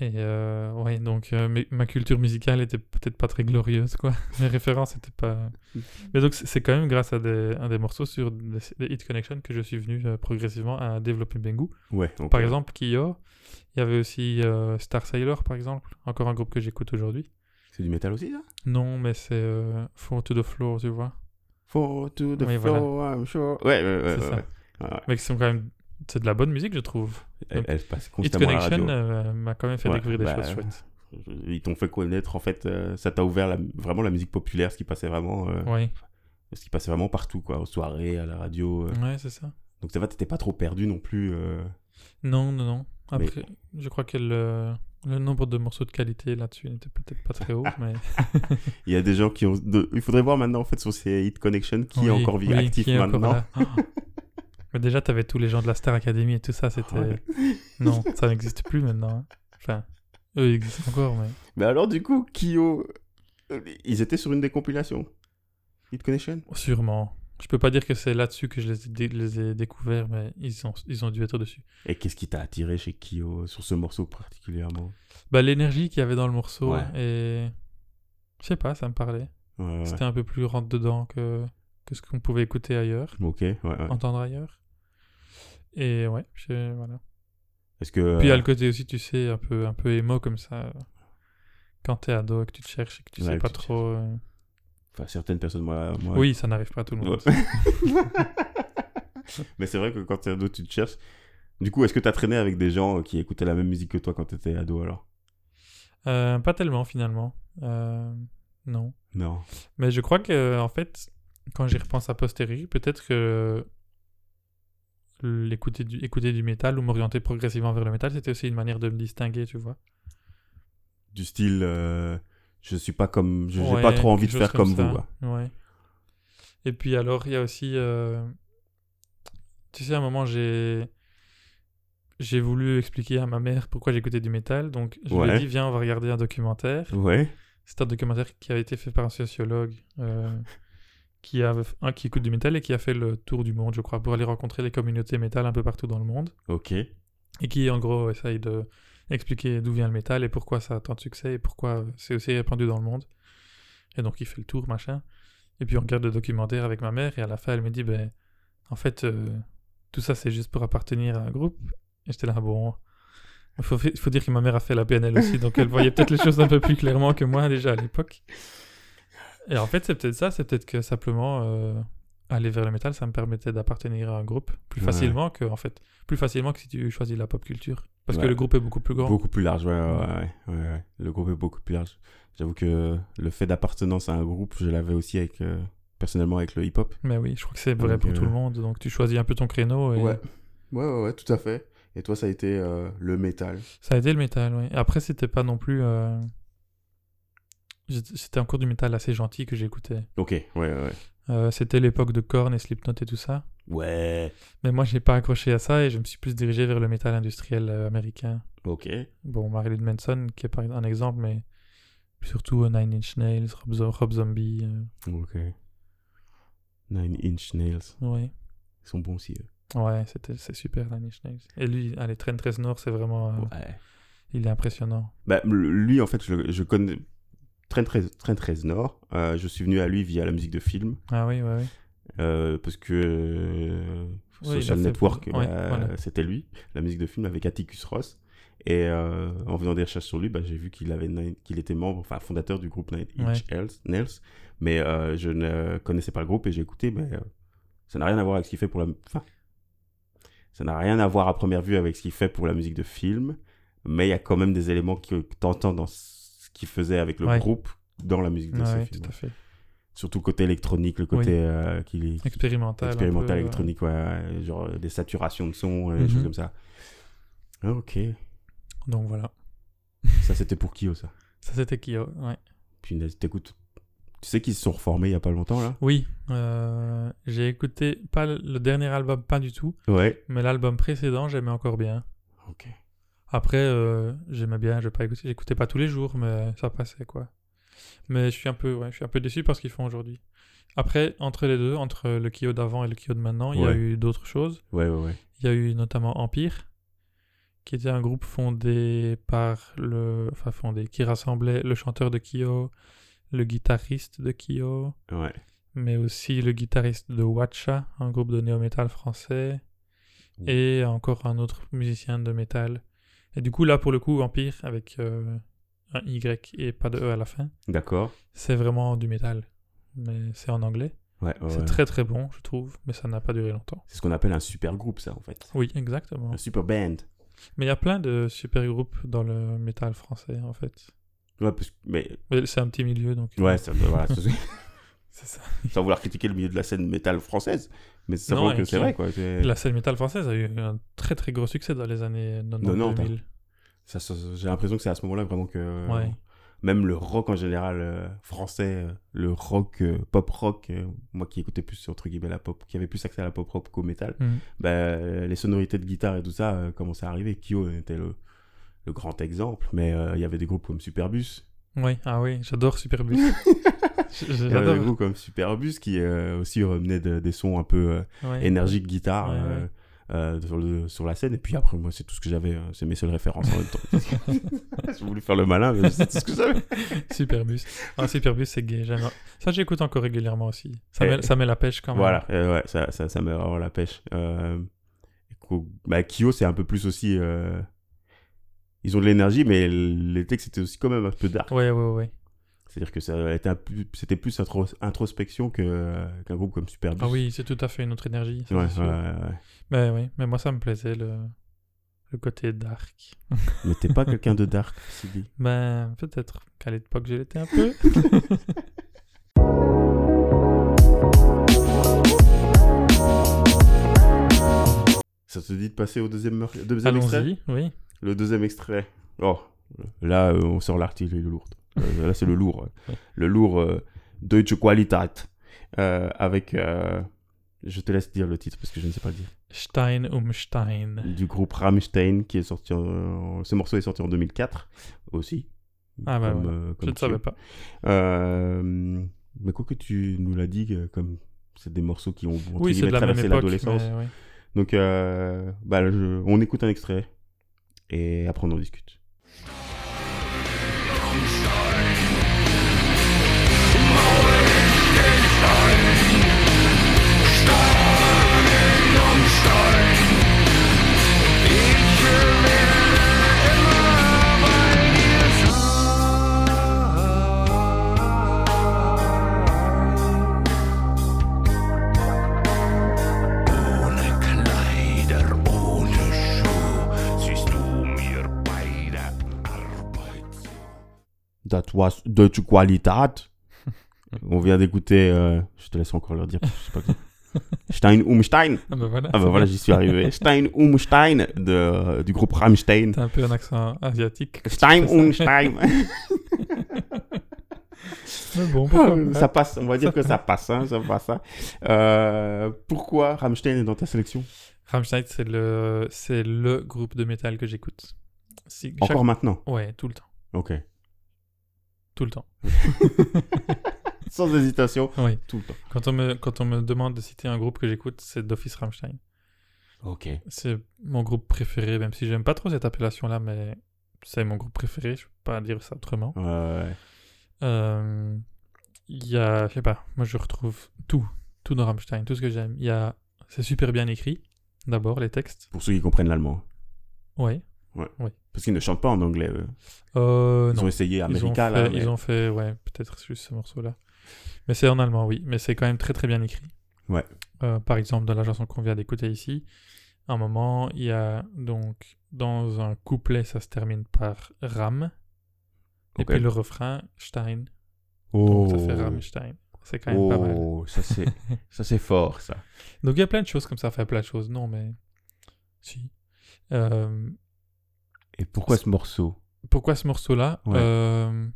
Et euh, ouais, donc euh, mes- ma culture musicale était peut-être pas très glorieuse, quoi. Mes références étaient pas. Mais donc, c'est c'est quand même grâce à des, un des morceaux sur des, des Hit Connection que je suis venu euh, progressivement à développer mes goûts.
Ouais, donc,
Par
euh,
exemple, Kyo, il y avait aussi euh, Star Sailor, par exemple, encore un groupe que j'écoute aujourd'hui.
C'est du métal aussi, ça
Non, mais c'est euh, Fall to the Floor, tu vois.
Four to the
Oui, voilà.
floor, I'm sure. Ouais, ouais,
C'est
ouais. ouais,
ça.
ouais. Ouais, ouais.
Mais qui sont quand même. C'est de la bonne musique, je trouve.
Elle, elle passe
Hit
constamment à la
Connection
radio.
euh, m'a quand même fait
Ouais,
découvrir des
bah,
choses chouettes.
Ils t'ont fait connaître, en fait, euh, ça t'a ouvert la- vraiment la musique populaire, ce qui passait vraiment, euh,
Oui,
ce qui passait vraiment partout, quoi, aux soirées, à la radio. euh.
ouais, c'est ça.
Donc ça va, t'étais pas trop perdu non plus. euh.
Non, non, non.
Mais-
Après, je crois que le, le nombre de morceaux de qualité là-dessus n'était peut-être pas très
Ah,
haut, mais
Il y a des gens qui ont. de- Il faudrait voir maintenant en fait sur ces Hit Connection qui est
Oui,
encore vi-
oui,
actif
qui est encore
maintenant.
là. Oh. mais déjà, t'avais tous les gens de la Star Academy et tout ça, c'était...
Ah Ouais.
Non, ça n'existe plus maintenant. hein. Enfin, eux, ils existent encore, mais...
Mais alors du coup, Kyo, euh, ils étaient sur une des compilations. Hit Connection.
Sûrement. Je peux pas dire que c'est là-dessus que je les ai, dé- les ai découverts, mais ils ont, ils ont dû être dessus.
Et qu'est-ce qui t'a attiré chez Kyo sur ce morceau particulièrement
Bah, l'énergie qu'il y avait dans le morceau,
Ouais.
et... Je sais pas, ça me parlait.
Ouais, ouais, ouais.
C'était un peu plus rentre-dedans que, que ce qu'on pouvait écouter ailleurs.
Ok, ouais. ouais.
entendre ailleurs. Et ouais, je- voilà.
Euh. Est-ce que
Puis il y a
euh,
le côté aussi, tu sais, un peu, un peu émo comme ça. euh, Quand t'es ado et que tu te cherches et que tu
Ouais,
sais
que
pas
tu te
trop. euh,
enfin, certaines personnes, moi, moi-
Oui, ça n'arrive pas à tout le monde.
Mais c'est vrai que quand t'es ado, tu te cherches. Du coup, est-ce que t'as traîné avec des gens euh, qui écoutaient la même musique que toi quand t'étais ado alors
Euh, pas tellement finalement. Euh, non.
Non.
Mais je crois que, en fait, quand j'y repense à posteriori, peut-être que l'écouter du, écouter du métal ou m'orienter progressivement vers le métal, c'était aussi une manière de me distinguer, tu vois.
Du style, euh, je suis pas comme, je- j'ai
Ouais,
pas trop envie de
quelque
faire
chose
comme,
ça.
vous. quoi.
Ouais. Et puis alors, il y a aussi... euh, Tu sais, à un moment, j'ai... J'ai voulu expliquer à ma mère pourquoi j'écoutais du métal. Donc, je lui
Ouais.
ai dit, viens, on va regarder un documentaire.
Ouais.
C'est un documentaire qui a été fait par un sociologue euh, qui, a, un, qui écoute du métal et qui a fait le tour du monde, je crois, pour aller rencontrer les communautés métal un peu partout dans le monde.
Ok.
Et qui, en gros, essaye de expliquer d'où vient le métal et pourquoi ça a tant de succès et pourquoi c'est aussi répandu dans le monde. Et donc, il fait le tour, machin. Et puis, on regarde le documentaire avec ma mère et à la fin, elle me dit, ben, en fait, euh, tout ça, c'est juste pour appartenir à un groupe. Et j'étais là, bon. Il faut, faut dire que ma mère a fait la PNL aussi, donc elle voyait peut-être les choses un peu plus clairement que moi déjà à l'époque. Et en fait, c'est peut-être ça, c'est peut-être que simplement euh, aller vers le métal, ça me permettait d'appartenir à un groupe plus
Ouais.
facilement que, en fait, plus facilement que si tu choisis la pop culture. Parce
Ouais.
que le groupe est beaucoup plus grand.
Beaucoup plus large, ouais, ouais, ouais, ouais, ouais. Le groupe est beaucoup plus large. J'avoue que le fait d'appartenance à un groupe, je l'avais aussi avec, euh, personnellement avec le hip-hop.
Mais oui, je crois que c'est vrai
Donc,
pour
euh,
tout le monde. Donc tu choisis un peu ton créneau et
ouais, ouais, tout à fait. Et toi, ça a été le métal.
ça a aidé le métal. ouais. Après, c'était pas non plus. euh, j'étais- c'était un cours du métal assez gentil que j'écoutais.
Ok, ouais, ouais.
Euh, c'était l'époque de Korn et Slipknot et tout ça.
Ouais,
Mais moi, j'ai pas accroché à ça et je me suis plus dirigé vers le métal industriel euh, américain.
ok.
Bon, Marilyn Manson, qui est par- un exemple, mais surtout euh, Nine Inch Nails, Rob, Zo- Rob Zombie. euh,
Ok. Nine Inch Nails.
euh, ouais,
Ils sont bons aussi, eux.
ouais c'était- c'est super, Nine Inch Nails. Et lui, allez, Trent Reznor, c'est vraiment. euh,
Ouais.
Il est impressionnant.
Bah, le- lui, en fait, je, je connais Trent, Rez- Trent Reznor. Euh, je suis venu à lui via la musique de film.
Ah oui, ouais, oui.
euh, parce que euh,
Oui, il
Social
a fait-
Network,
ouais,
bah,
voilà.
c'était lui. La musique de film avec Atticus Ross. Et euh, en faisant des recherches sur lui, bah, j'ai vu qu'il avait Nine- qu'il était membre, enfin fondateur du groupe Nine Inch Nails- Nails. Mais euh, je ne connaissais pas le groupe et j'ai écouté, mais euh, ça n'a rien à voir avec ce qu'il fait pour la. Enfin, ça n'a rien à voir à première vue avec ce qu'il fait pour la musique de film, mais il y a quand même des éléments que t'entends dans ce qu'il faisait avec le
Ouais.
groupe dans la musique de
Ouais,
ce
ouais,
film.
tout à fait.
Surtout le côté électronique, le côté
Oui.
euh, qu'il
Expérimental. un
expérimental
peu, euh,
électronique, ouais, ouais, genre euh, des saturations de son, euh, des
Mhm.
choses comme ça. Ah, ok.
euh, Donc voilà.
Ça, c'était pour Kyo, ça.
Ça, c'était Kyo. Ouais.
Punaise, t'écoutes. Tu sais qu'ils se sont reformés il y a pas longtemps, là
Oui, euh, j'ai écouté pas le- le dernier album, pas du tout,
Ouais.
mais l'album précédent, j'aimais encore bien.
Ok.
Après, euh, j'aimais bien, j'ai pas écouté, j'écoutais pas tous les jours, mais ça passait quoi. Mais je suis un peu, ouais, je suis un peu déçu par ce qu'ils font aujourd'hui. Après, entre les deux, entre le Kyo d'avant et le Kyo de maintenant, il y a
Ouais.
eu d'autres choses.
Ouais, ouais, ouais.
Il y a eu notamment Empire, qui était un groupe fondé par le. Enfin, fondé, qui rassemblait le chanteur de Kyo, le guitariste de Kyo,
Ouais.
mais aussi le guitariste de Watcha, un groupe de néo-metal français,
Ouh.
et encore un autre musicien de métal. Et du coup, là, pour le coup, Empire, avec euh, un Y et pas de E à la fin,
D'accord.
c'est vraiment du métal. Mais c'est en anglais.
Ouais, ouais,
c'est
ouais.
très très bon, je trouve, mais ça n'a pas duré longtemps.
C'est ce qu'on appelle un super groupe, ça, en fait.
Oui, exactement.
Un super band.
Mais il y a plein de super groupes dans le métal français, en fait.
Ouais, parce que. Mais.
Mais C'est un petit milieu, donc.
Ouais, ça, voilà, ça-
C'est ça.
sans vouloir critiquer le milieu de la scène métal française, mais ça
Non,
montre que
et
c'est
qui-
vrai, quoi. c'est-
La scène métal française a eu un très très gros succès dans les années
90,
90-2000.
Ça, ça- ça- J'ai l'impression que c'est à ce moment-là vraiment que.
Ouais.
même le rock en général euh, français, euh, le rock, euh, pop rock, euh, moi qui écoutais plus entre guillemets la pop, qui avait plus accès à la pop rock qu'au métal,
Mhm.
bah, euh, les sonorités de guitare et tout ça euh, commençaient à arriver. Kyo était le, le grand exemple, mais euh, il y avait des groupes comme Superbus.
Oui, ah oui, j'adore Superbus. J-
Il y avait des
J'adore.
groupes comme Superbus qui euh, aussi remenaient de- des sons un peu euh,
Ouais.
énergiques guitare
Ouais,
euh,
ouais.
euh, sur, le- sur la scène. Et puis après, moi, c'est tout ce que j'avais, euh, c'est mes seules références en même temps. J'ai voulu faire le malin, mais c'est tout ce que j'avais.
Superbus. Ah, Superbus, c'est gay. j'aime. Ça, j'écoute encore régulièrement aussi. Ça,
Eh.
met, ça met la pêche quand même.
Voilà, euh, ouais, ça, ça, ça me rend la pêche. Euh, Ko- bah, Kyo, c'est un peu plus aussi. euh, Ils ont de l'énergie, mais les textes étaient aussi quand même un peu dark.
Ouais, ouais, ouais.
C'est-à-dire que ça a été un peu- c'était plus intro- introspection que, euh, qu'un groupe comme Superbus.
Ah oui, c'est tout à fait une autre énergie. ça,
Ouais,
Ah, c'est sûr.
ouais, ouais.
Mais, oui, mais moi, ça me plaisait le, le côté dark.
Mais t'es pas quelqu'un de dark, Sylvie.
Ben, peut-être qu'à l'époque, je l'étais un peu.
Ça te dit de passer au deuxième, meur- deuxième extrait
Allons-y, oui.
Le deuxième extrait. Oh, là, euh, on sort l'artillerie lourde. Euh, là, c'est le lourd. euh. Le lourd euh, Deutsche Qualität. Euh, avec. euh, je te laisse dire le titre parce que je ne sais pas le dire.
Stein um Stein.
Du groupe Rammstein qui est sorti. en- Ce morceau est sorti en 2004 aussi.
Ah bah ouais.
euh,
Je ne savais pas.
Euh, mais quoi que tu nous l'as dit, euh, comme c'est des morceaux qui ont entre
Oui, c'est
guillemets,
de la même
traversé
époque.
l'adolescence.
mais ouais.
Donc, euh, bah, je- on écoute un extrait et après on en discute.
Ohne Kleider, ohne Schuh, siehst du mir bei der Arbeit zu.
That was Deutsche Qualität. on vient d'écouter, euh, je te laisse encore leur dire, je sais pas quoi. Stein um Stein.
Ah bah voilà.
Ah bah
c'est
voilà,
bien.
j'y suis arrivé. Stein um Stein de, du groupe Rammstein. um
T'as un peu un accent asiatique.
Stein um Stein.
Mais bon, pourquoi pas.
ça passe, on va dire que ça passe, hein, ça passe. hein. Euh, pourquoi Rammstein est dans ta sélection
Rammstein, c'est le, c'est le groupe de métal que j'écoute. Si- chaque-
Encore maintenant
Ouais, tout le temps.
Ok.
Tout le temps.
Sans hésitation,
Oui.
tout le temps.
Quand on me, quand on me demande de citer un groupe que j'écoute, c'est d'office Rammstein.
Ok.
C'est mon groupe préféré, même si j'aime pas trop cette appellation-là, mais c'est mon groupe préféré, je peux pas dire ça autrement.
Ouais.
Euh, Il y a, je sais pas, moi je retrouve tout, tout dans Rammstein, tout ce que j'aime. Il y a, c'est super bien écrit, d'abord, les textes.
Pour ceux qui comprennent l'allemand.
Ouais.
Parce qu'ils ne chantent pas en anglais. eux.
Euh,
Ils
non.
ont essayé
Ils ont,
America,
fait,
là.
ils
mais-
ont fait, ouais, peut-être juste ce morceau-là. Mais c'est en allemand, oui. Mais c'est quand même très très bien écrit.
Ouais.
Euh, par exemple, dans la chanson qu'on vient d'écouter ici, à un moment, il y a donc dans un couplet, ça se termine par Ram. Et
Ok.
puis le refrain, Stein.
Oh,
Donc ça fait Rammstein. C'est quand même pas mal.
Oh, ça c'est, ça c'est fort, ça.
Donc il y a plein de choses comme ça. Enfin, plein de choses, non, mais. Si. Euh,
Et pourquoi ce morceau
pourquoi ce morceau-là
Ouais.
Euh,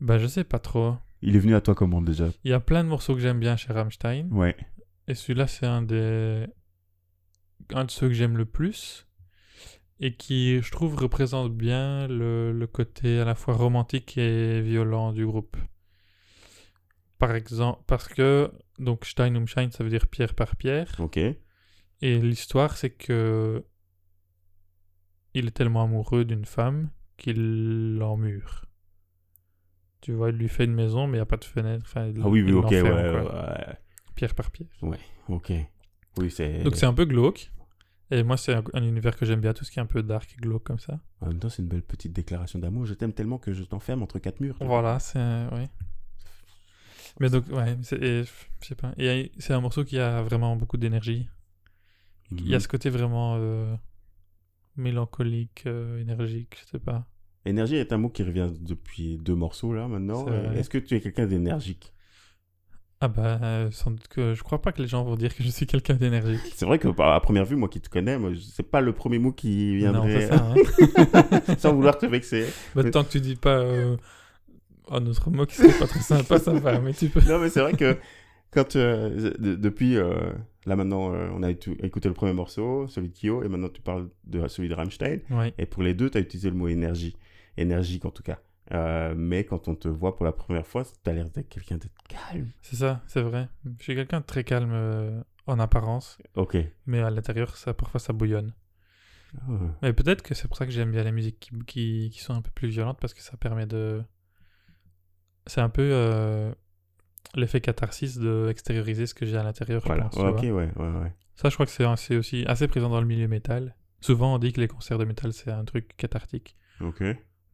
Ben, je sais pas trop.
Il est venu à toi comment déjà
Il y a plein de morceaux que j'aime bien chez Rammstein.
Ouais.
Et celui-là, c'est un des. Un de ceux que j'aime le plus. Et qui, je trouve, représente bien le, le côté à la fois romantique et violent du groupe. Par exemple, parce que. Donc, Stein um Stein, ça veut dire pierre par pierre.
Ok.
Et l'histoire, c'est que. Il est tellement amoureux d'une femme qu'il l'emmure. Tu vois, il lui fait une maison, mais il n'y a pas de fenêtre. Enfin, il-
Ah oui, oui,
il
ok, ouais,
l'enferme, quoi,
ouais,
Pierre par pierre.
Ok. Oui, c'est.
Donc c'est un peu glauque. Et moi, c'est un, un univers que j'aime bien, tout ce qui est un peu dark et glauque comme ça.
En même temps, c'est une belle petite déclaration d'amour. Je t'aime tellement que je t'enferme entre quatre murs. toi.
Voilà, c'est. Oui. Mais donc, ouais, c'est. et Je sais pas. Et c'est un morceau qui a vraiment beaucoup d'énergie.
Mhm.
Il y a ce côté vraiment euh, mélancolique, euh, énergique, je sais pas.
Énergie est un mot qui revient depuis deux morceaux là maintenant.
C'est vrai.
Est-ce que tu es quelqu'un d'énergique
Ah bah, euh, sans doute que. Je crois pas que les gens vont dire que je suis quelqu'un d'énergique.
C'est vrai que bah, à première vue, moi qui te connais, moi, je- c'est pas le premier mot qui
Non,
viendrait
c'est ça. hein.
sans vouloir te vexer.
Bah, tant que tu dis pas. euh, Un autre mot qui serait pas très sympa, ça va, mais tu peux.
Non, mais c'est vrai que quand euh, de- depuis euh, là maintenant, euh, on a étou- écouté le premier morceau, celui de Kyo, et maintenant tu parles de celui de Rammstein.
Ouais.
Et pour les deux, tu as utilisé le mot énergie, énergique en tout cas. Euh, mais quand on te voit pour la première fois, tu as l'air d'être quelqu'un de calme.
C'est ça, c'est vrai. Je suis quelqu'un de très calme euh, en apparence,
Ok.
mais à l'intérieur, ça parfois ça bouillonne.
Oh.
Mais peut-être que c'est pour ça que j'aime bien les musiques qui, qui, qui sont un peu plus violentes, parce que ça permet de... C'est un peu euh, l'effet catharsis de extérioriser ce que j'ai à l'intérieur, je
Voilà.
pense, tu
ok,
vois.
ouais, ouais, ouais.
Ça, je crois que c'est un- c'est aussi assez présent dans le milieu métal. Souvent, on dit que les concerts de métal, c'est un truc cathartique.
Ok.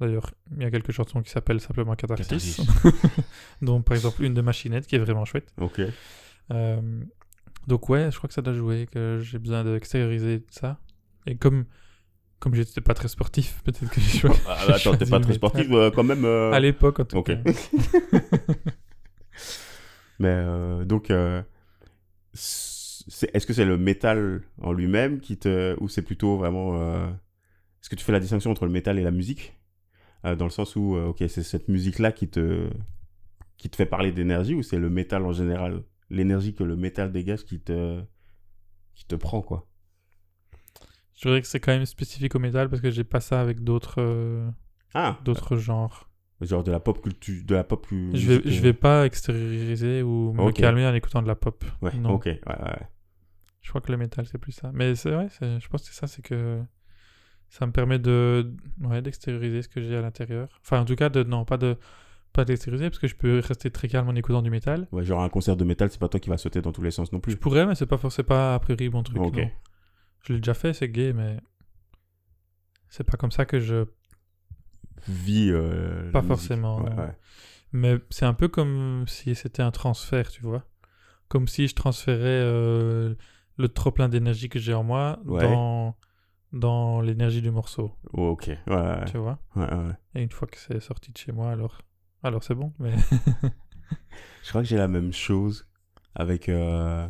D'ailleurs, il y a quelques chansons qui s'appellent simplement catharsis,
Catharsis.
dont par exemple une de Machinette qui est vraiment chouette.
Ok.
Euh, donc ouais, je crois que ça doit jouer, que j'ai besoin d'extérioriser ça. Et comme, comme j'étais pas très sportif, peut-être que j'ai joué.
Ah, bah, attends, t'es
choisi
pas
le
très
métal.
sportif euh, quand même. euh,
À l'époque, en tout
ok.
cas.
Mais euh, donc, euh, c'est- est-ce que c'est le métal en lui-même qui te, ou c'est plutôt vraiment, euh, est-ce que tu fais la distinction entre le métal et la musique, Euh, dans le sens où, euh, ok, c'est cette musique-là qui te, qui te fait parler d'énergie, ou c'est le métal en général, l'énergie que le métal dégage qui te, qui te prend quoi.
Je dirais que c'est quand même spécifique au métal parce que j'ai pas ça avec d'autres euh,
Ah,
d'autres genres.
genre de la pop culture, de la pop. mu-
Je vais,
musique,
je
euh,
vais pas extérioriser ou me
Ok.
calmer en écoutant de la pop.
Ouais,
non.
ok, ouais, ouais.
Je crois que le métal, c'est plus ça. Mais c'est vrai, c'est- je pense que c'est ça, c'est que ça me permet de ouais, d'extérioriser ce que j'ai à l'intérieur. Enfin, en tout cas, de, non, pas de pas d'extérioriser, parce que je peux rester très calme en écoutant du métal.
Ouais, genre un concert de métal, c'est pas toi qui vas sauter dans tous les sens non plus.
Je pourrais, mais c'est pas forcément pas a priori mon truc.
Ok.
non. Je l'ai déjà fait, c'est gay, mais c'est pas comme ça que je.
Vie. euh, la
Pas
musique.
forcément,
Ouais,
non.
ouais.
Mais c'est un peu comme si c'était un transfert, tu vois. Comme si je transférais euh, le trop plein d'énergie que j'ai en moi
Ouais.
dans dans l'énergie du morceau,
Ok, ouais, ouais,
tu vois.
ouais, ouais, ouais.
Et une fois que c'est sorti de chez moi, alors, alors c'est bon. Mais
Je crois que j'ai la même chose avec euh,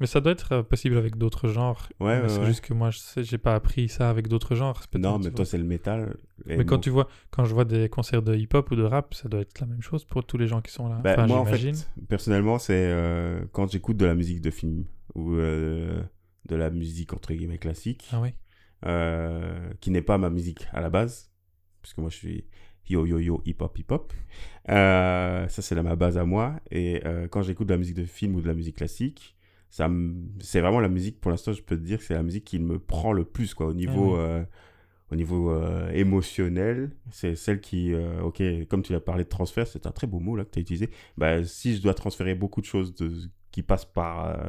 Mais ça doit être euh, possible avec d'autres genres.
Ouais,
Mais
ouais,
c'est
ouais.
juste que moi, je sais, j'ai pas appris ça avec d'autres genres. peut-être,
Non,
tu
mais
vois.
toi, c'est le métal. et
Mais quand
moi-
tu vois, quand je vois des concerts de hip-hop ou de rap, ça doit être la même chose pour tous les gens qui sont là.
Bah,
enfin,
moi, en
j'imagine.
fait, personnellement, c'est euh, quand j'écoute de la musique de film ou euh, de la musique entre guillemets classique,
Ah oui.
euh, qui n'est pas ma musique à la base, puisque moi je suis yo yo yo hip hop hip hop. Euh, ça c'est la- ma base à moi. Et euh, quand j'écoute de la musique de film ou de la musique classique, ça me- c'est vraiment la musique. Pour l'instant, je peux te dire que c'est la musique qui me prend le plus quoi au niveau
Ah oui.
euh, au niveau euh, émotionnel. C'est celle qui euh, ok comme tu as parlé de transfert, c'est un très beau mot là que tu as utilisé. Bah, si je dois transférer beaucoup de choses de, qui passent par euh,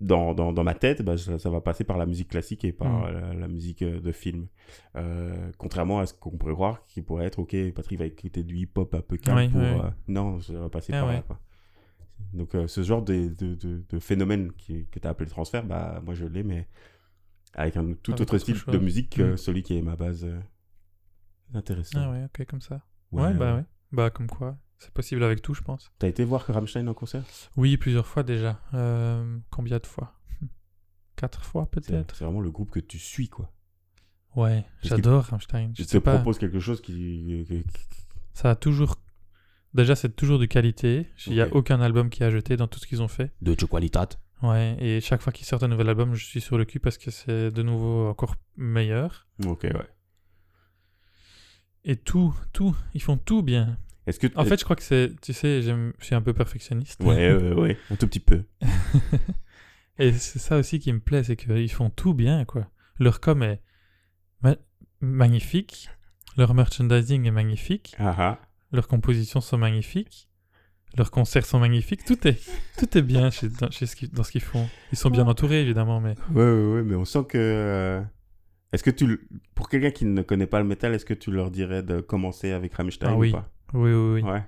dans, dans, dans ma tête, bah, ça, ça va passer par la musique classique et par
Mm.
euh, la, la musique euh, de film. Euh, contrairement à ce qu'on pourrait croire, qui pourrait être, ok, Patrick va écouter du hip-hop un peu calme
Oui,
pour...
oui.
euh, non, ça va passer
Ah
par là.
ouais.
quoi. Donc euh, ce genre de, de, de- de phénomène qui- que tu as appelé le transfert, bah, moi je l'ai, mais avec un tout
Avec
autre
autre
style de
chose.
musique que
Mm.
celui qui est ma base. euh, Intéressant.
Ah ouais, ok, comme ça. Ouais, bah ouais. Bah comme quoi, c'est possible avec tout, je pense.
T'as été voir Rammstein en concert
Oui, plusieurs fois déjà. Euh, combien de fois Quatre fois
C'est
peut-être.
c'est vraiment le groupe que tu suis, quoi.
Ouais,
qu'il-
j'adore Rammstein. Je
Je
sais
te
pas.
propose quelque chose qui, qui- qui-
Ça a toujours. Déjà, c'est toujours de qualité. Il n'y a
Ok.
aucun album qui a jeté dans tout ce qu'ils ont fait.
De ce qualitate.
Ouais, et chaque fois qu'ils sortent un nouvel album, je suis sur le cul parce que c'est de nouveau encore meilleur.
Ok, ouais.
Et tout, tout, ils font tout bien.
Est-ce que
En fait, je crois que c'est, tu sais, j'aime- je suis un peu perfectionniste.
ouais, ouais, ouais, un tout petit peu.
Et c'est ça aussi qui me plaît, c'est qu'ils font tout bien, quoi. Leur com est ma- magnifique, leur merchandising est magnifique,
Ah ah.
leurs compositions sont magnifiques, leurs concerts sont magnifiques, tout est, tout est bien chez, dans, chez ce qu'ils- dans ce qu'ils font. Ils sont bien entourés, évidemment, mais
Ouais, ouais, ouais, mais on sent que. euh, Est-ce que tu, le- pour quelqu'un qui ne connaît pas le métal, est-ce que tu leur dirais de commencer avec Rammstein
Ah oui,
ou pas
oui, oui, oui.
Ouais.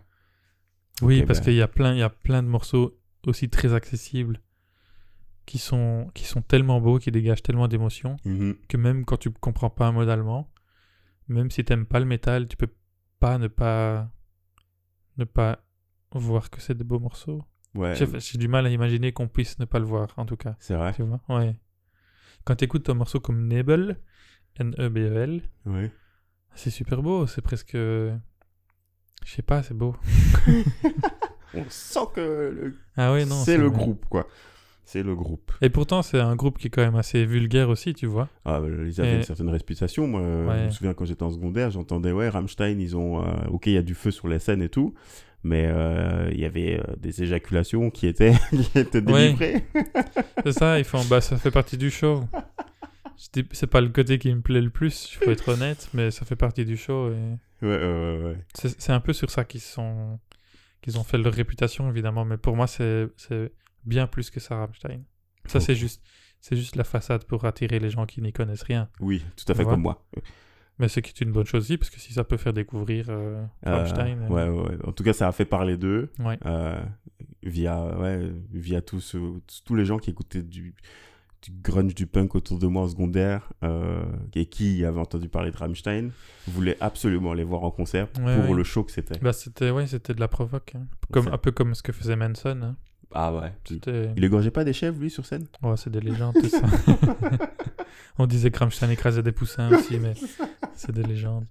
Oui,
Ok,
parce
bah.
qu'il y a plein, il y a plein de morceaux aussi très accessibles qui sont, qui sont tellement beaux, qui dégagent tellement d'émotions
Mhm.
que même quand tu comprends pas un mot d'allemand, même si t'aimes pas le métal, tu peux pas ne pas ne pas voir que c'est de beaux morceaux.
Ouais.
J'ai j'ai du mal à imaginer qu'on puisse ne pas le voir, en tout cas.
C'est vrai.
Tu vois Ouais. Quand t'écoutes un morceau comme Nebel, E N-E-B-E-L,
Ouais.
c'est super beau, c'est presque... Je sais pas, c'est beau.
On sent que le-
Ah ouais, non.
c'est le
vrai.
groupe, quoi. C'est le groupe.
Et pourtant, c'est un groupe qui est quand même assez vulgaire aussi, tu vois.
Ah, bah, ils avaient
Et-
une certaine réputation. Moi, euh,
Ouais.
je me souviens quand j'étais en secondaire, j'entendais, ouais, Rammstein, ils ont. euh, ok, il y a du feu sur les scènes et tout, mais euh, il y avait euh, des éjaculations qui étaient, qui étaient
Ouais.
délivrées.
C'est ça, ils font, bah ça fait partie du show. Je dis- C'est pas le côté qui me plaît le plus, il faut être honnête, mais ça fait partie du show. et
Ouais, ouais, ouais, ouais.
C'est c'est un peu sur ça qu'ils sont... qu'ils ont fait leur réputation, évidemment, mais pour moi, c'est c'est bien plus que ça, Rammstein. Ça, c'est juste, c'est juste la façade pour attirer les gens qui n'y connaissent rien.
Oui, tout à fait
Ouais.
comme moi.
Mais ce qui est une bonne chose aussi, parce que si ça peut faire découvrir euh,
Euh,
Rammstein... euh,
ouais, ouais, ouais. En tout cas, ça a fait parler d'eux
Ouais.
euh, via, ouais, via tous, euh, tous les gens qui écoutaient du, du grunge, du punk autour de moi en secondaire euh, et qui avaient entendu parler de Rammstein voulaient absolument les voir en concert
Ouais,
pour
ouais.
le show que c'était.
Bah, c'était ouais, c'était de la provoque. hein. Comme,
C'est-
un peu comme ce que faisait Manson. hein.
Ah ouais.
C'était-
Il égorgeait pas des chèvres, lui, sur scène
Ouais, c'est des légendes, tout ça. On disait que Rammstein écrasait des poussins aussi, mais c'est des légendes.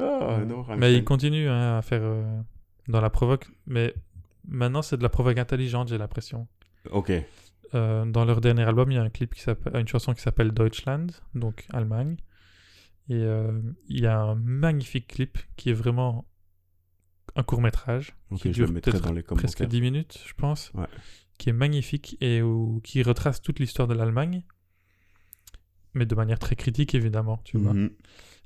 Ah
Ouais.
non, Rammstein.
Mais il continue hein, à faire euh, dans la provoque. Mais maintenant, c'est de la provoque intelligente, j'ai l'impression.
Ok.
Euh, dans leur dernier album, il y a un clip qui s'appelle, une chanson qui s'appelle Deutschland, donc Allemagne. Et euh, il y a un magnifique clip qui est vraiment un court métrage
Ok,
qui
je le
dure
mettrai
peut-être
dans les commentaires.
presque 10 minutes, je pense,
Ouais.
qui est magnifique et où- qui retrace toute l'histoire de l'Allemagne, mais de manière très critique, évidemment, tu vois.
Mhm.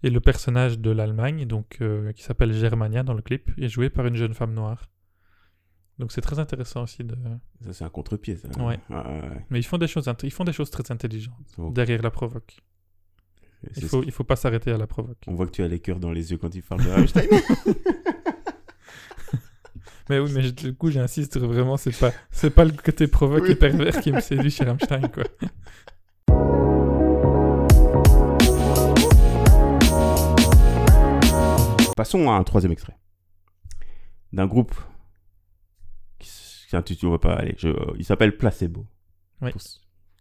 Et le personnage de l'Allemagne, donc euh, qui s'appelle Germania dans le clip, est joué par une jeune femme noire. Donc c'est très intéressant aussi de.
Ça, c'est un contre-pied, ça.
Ouais.
Ah, ouais.
Mais ils font des choses, int- ils font des choses très intelligentes
Ok.
derrière la provoque.
C'est
Il
ce
faut, il faut pas s'arrêter à la provoque.
On voit que tu as les cœurs dans les yeux quand il parle de Rammstein.
Mais oui, mais je- du coup j'insiste vraiment, c'est pas, c'est pas le côté provoque
Oui.
et pervers qui me séduit chez Rammstein quoi.
Passons à un troisième extrait. D'un groupe qui s- Tiens, tu ne vois pas. Allez, je- euh, il s'appelle Placebo.
Oui.
Pour-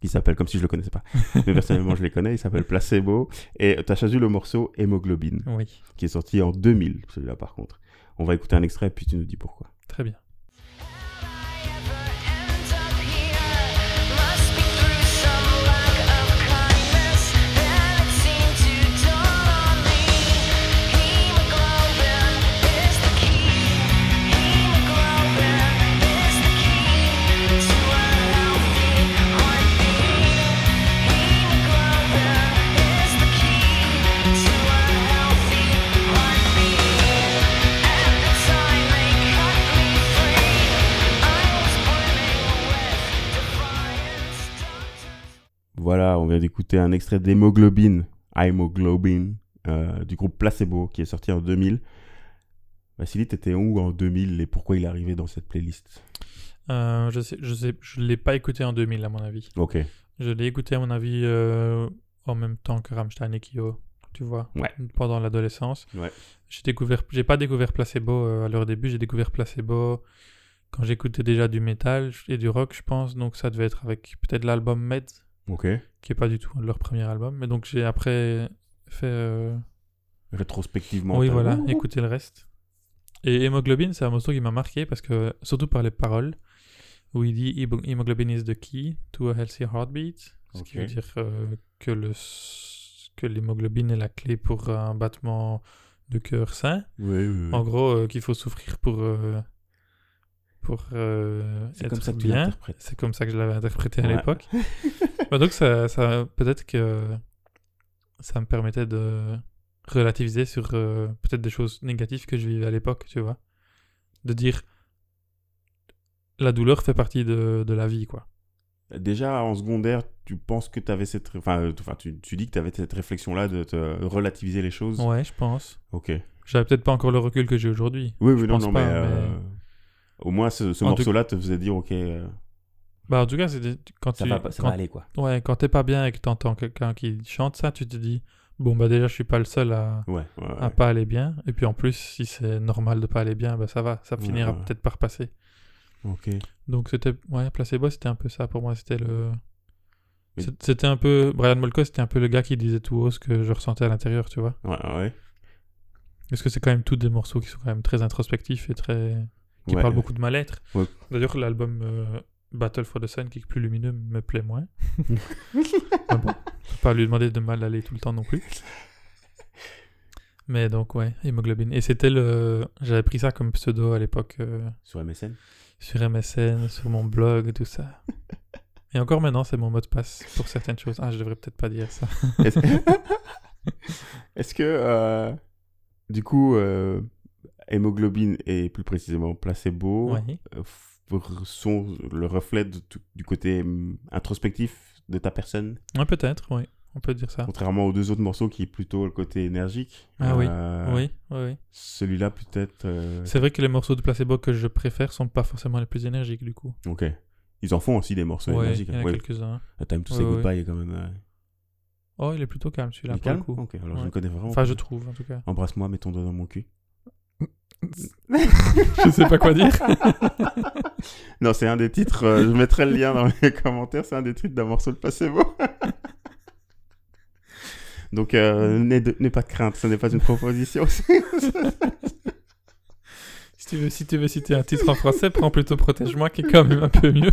Il s'appelle comme si je le connaissais pas. Mais personnellement, je les connais. Il s'appelle Placebo. Et tu as choisi le morceau Hémoglobine,
Oui,
qui est sorti en 2000, celui-là par contre. On va écouter un extrait, puis tu nous dis pourquoi.
très bien.
Voilà, on vient d'écouter un extrait d'Hémoglobine, Hémoglobine, euh, du groupe Placebo, qui est sorti en 2000. Vassili, t'étais où en 2000 et pourquoi il est arrivé dans cette playlist
Euh, je sais, je sais, je l'ai pas écouté en 2000 à mon avis.
Ok,
Je l'ai écouté à mon avis euh, en même temps que Rammstein et Kyo, tu vois,
Ouais.
pendant l'adolescence.
Ouais.
J'ai découvert, j'ai pas découvert Placebo euh, à leur début, j'ai découvert Placebo quand j'écoutais déjà du métal et du rock, je pense. Donc ça devait être avec peut-être l'album Med,
ok.
qui est pas du tout leur premier album. Mais donc j'ai après fait, euh,
Rétrospectivement.
oui
t'as-
voilà,
Ouh, ouh.
écouter le reste. Et Hémoglobine, c'est un morceau qui m'a marqué parce que surtout par les paroles où il dit Hémo- Hémoglobine is the key to a healthy heartbeat. Ce qui veut
Ok.
dire euh, que le s- que l'hémoglobine est la clé pour un battement de cœur sain.
Oui, oui, oui.
En gros, euh, qu'il faut souffrir pour, euh, pour euh,
C'est
être
comme ça que tu
bien.
l'interprètes.
C'est comme ça que je l'avais interprété à
Ouais.
l'époque. Bah donc, ça, ça- peut-être que ça me permettait de relativiser sur euh, peut-être des choses négatives que je vivais à l'époque, tu vois. De dire la douleur fait partie de, de la vie, quoi.
Déjà, en secondaire, tu penses que tu avais cette... ré- Enfin, euh, enfin, tu, tu dis que tu avais cette réflexion-là de te relativiser les choses.
Ouais, je pense.
Ok. Oui,
J'avais peut-être pas encore le recul que j'ai aujourd'hui.
oui, non,
pense
non,
pas,
mais... euh, Au moins, ce, ce
En tout-
morceau-là te faisait dire, ok, euh,
Bah, en tout cas, c'est des- quand tu. quand-
aller, quoi.
Ouais, quand t'es pas bien et que t'entends quelqu'un qui chante ça, tu te dis bon, bah déjà, je suis pas le seul à,
Ouais, ouais, ouais.
à pas aller bien. Et puis en plus, si c'est normal de pas aller bien, bah ça va, ça
Ouais,
finira
ouais, ouais.
peut-être par passer.
Ok.
Donc c'était. Ouais, placebo, c'était un peu ça pour moi. C'était le.
Mais-
c'est- C'était un peu. Brian Molko, c'était un peu le gars qui disait tout haut ce que je ressentais à l'intérieur, tu vois.
Ouais, ouais.
Parce que c'est quand même tous des morceaux qui sont quand même très introspectifs et très. qui
Ouais,
parlent
ouais.
beaucoup de mal-être.
Ouais.
D'ailleurs, l'album euh, Battle for the Sun, qui est plus lumineux, me plaît moins. Mais bon, faut pas lui demander de mal aller tout le temps non plus. Mais donc, ouais, hémoglobine. Et c'était le. J'avais pris ça comme pseudo à l'époque euh,
Sur MSN
sur MSN, sur mon blog, tout ça. Et encore maintenant, c'est mon mot de passe pour certaines choses. Ah, je devrais peut-être pas dire ça.
Est-ce Est-ce que, euh, du coup, euh, hémoglobine et plus précisément placebo
Oui.
euh, f- sont le reflet de tout- du côté hum, introspectif de ta personne,
Ouais, peut-être, oui. On peut dire ça.
contrairement aux deux autres morceaux qui est plutôt le côté énergique
Ah oui,
Euh,
Oui, oui, oui.
Celui-là, peut-être. euh,
C'est vrai que les morceaux de placebo que je préfère sont pas forcément les plus énergiques, du coup.
Ok. Ils en font aussi des morceaux
Ouais,
énergiques.
il y en
hein.
a
Ouais,
quelques-uns.
A Time to
Ouais,
Say
ouais.
Goodbye est quand même. euh,
Oh, il est plutôt calme celui-là
il est
pour le
calme
coup.
Ok, alors je
Ouais.
ne connais vraiment
Enfin,
pas.
je trouve en tout cas.
Embrasse-moi, mets ton doigt dans mon cul.
je sais pas quoi dire.
Non, c'est un des titres, euh, je mettrai le lien dans les commentaires, c'est un des titres d'un morceau de placebo. Donc, euh, n'aie de- n'aie pas de crainte, ce n'est pas une proposition.
Si tu veux, si tu veux citer un titre en français, prends plutôt Protège-moi qui est quand même un peu mieux.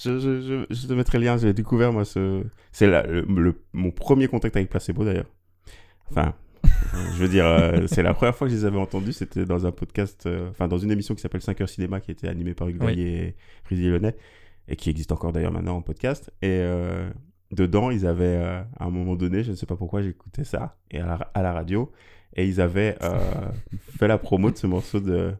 je, je- je- je te mettrai le lien, j'ai découvert, moi, ce... c'est la- le- le- mon premier contact avec placebo d'ailleurs. Enfin, je veux dire, euh, c'est la première fois que je les avais entendus, c'était dans un podcast, euh, enfin, dans une émission qui s'appelle 5 heures cinéma qui était animée par Hugues
Oui.
Veillet et Rudy Lyonnais. et qui existe encore d'ailleurs maintenant en podcast. Et euh, dedans, ils avaient, euh, à un moment donné, je ne sais pas pourquoi j'écoutais ça, et à la, à la radio, et ils avaient euh, fait la promo de ce morceau de,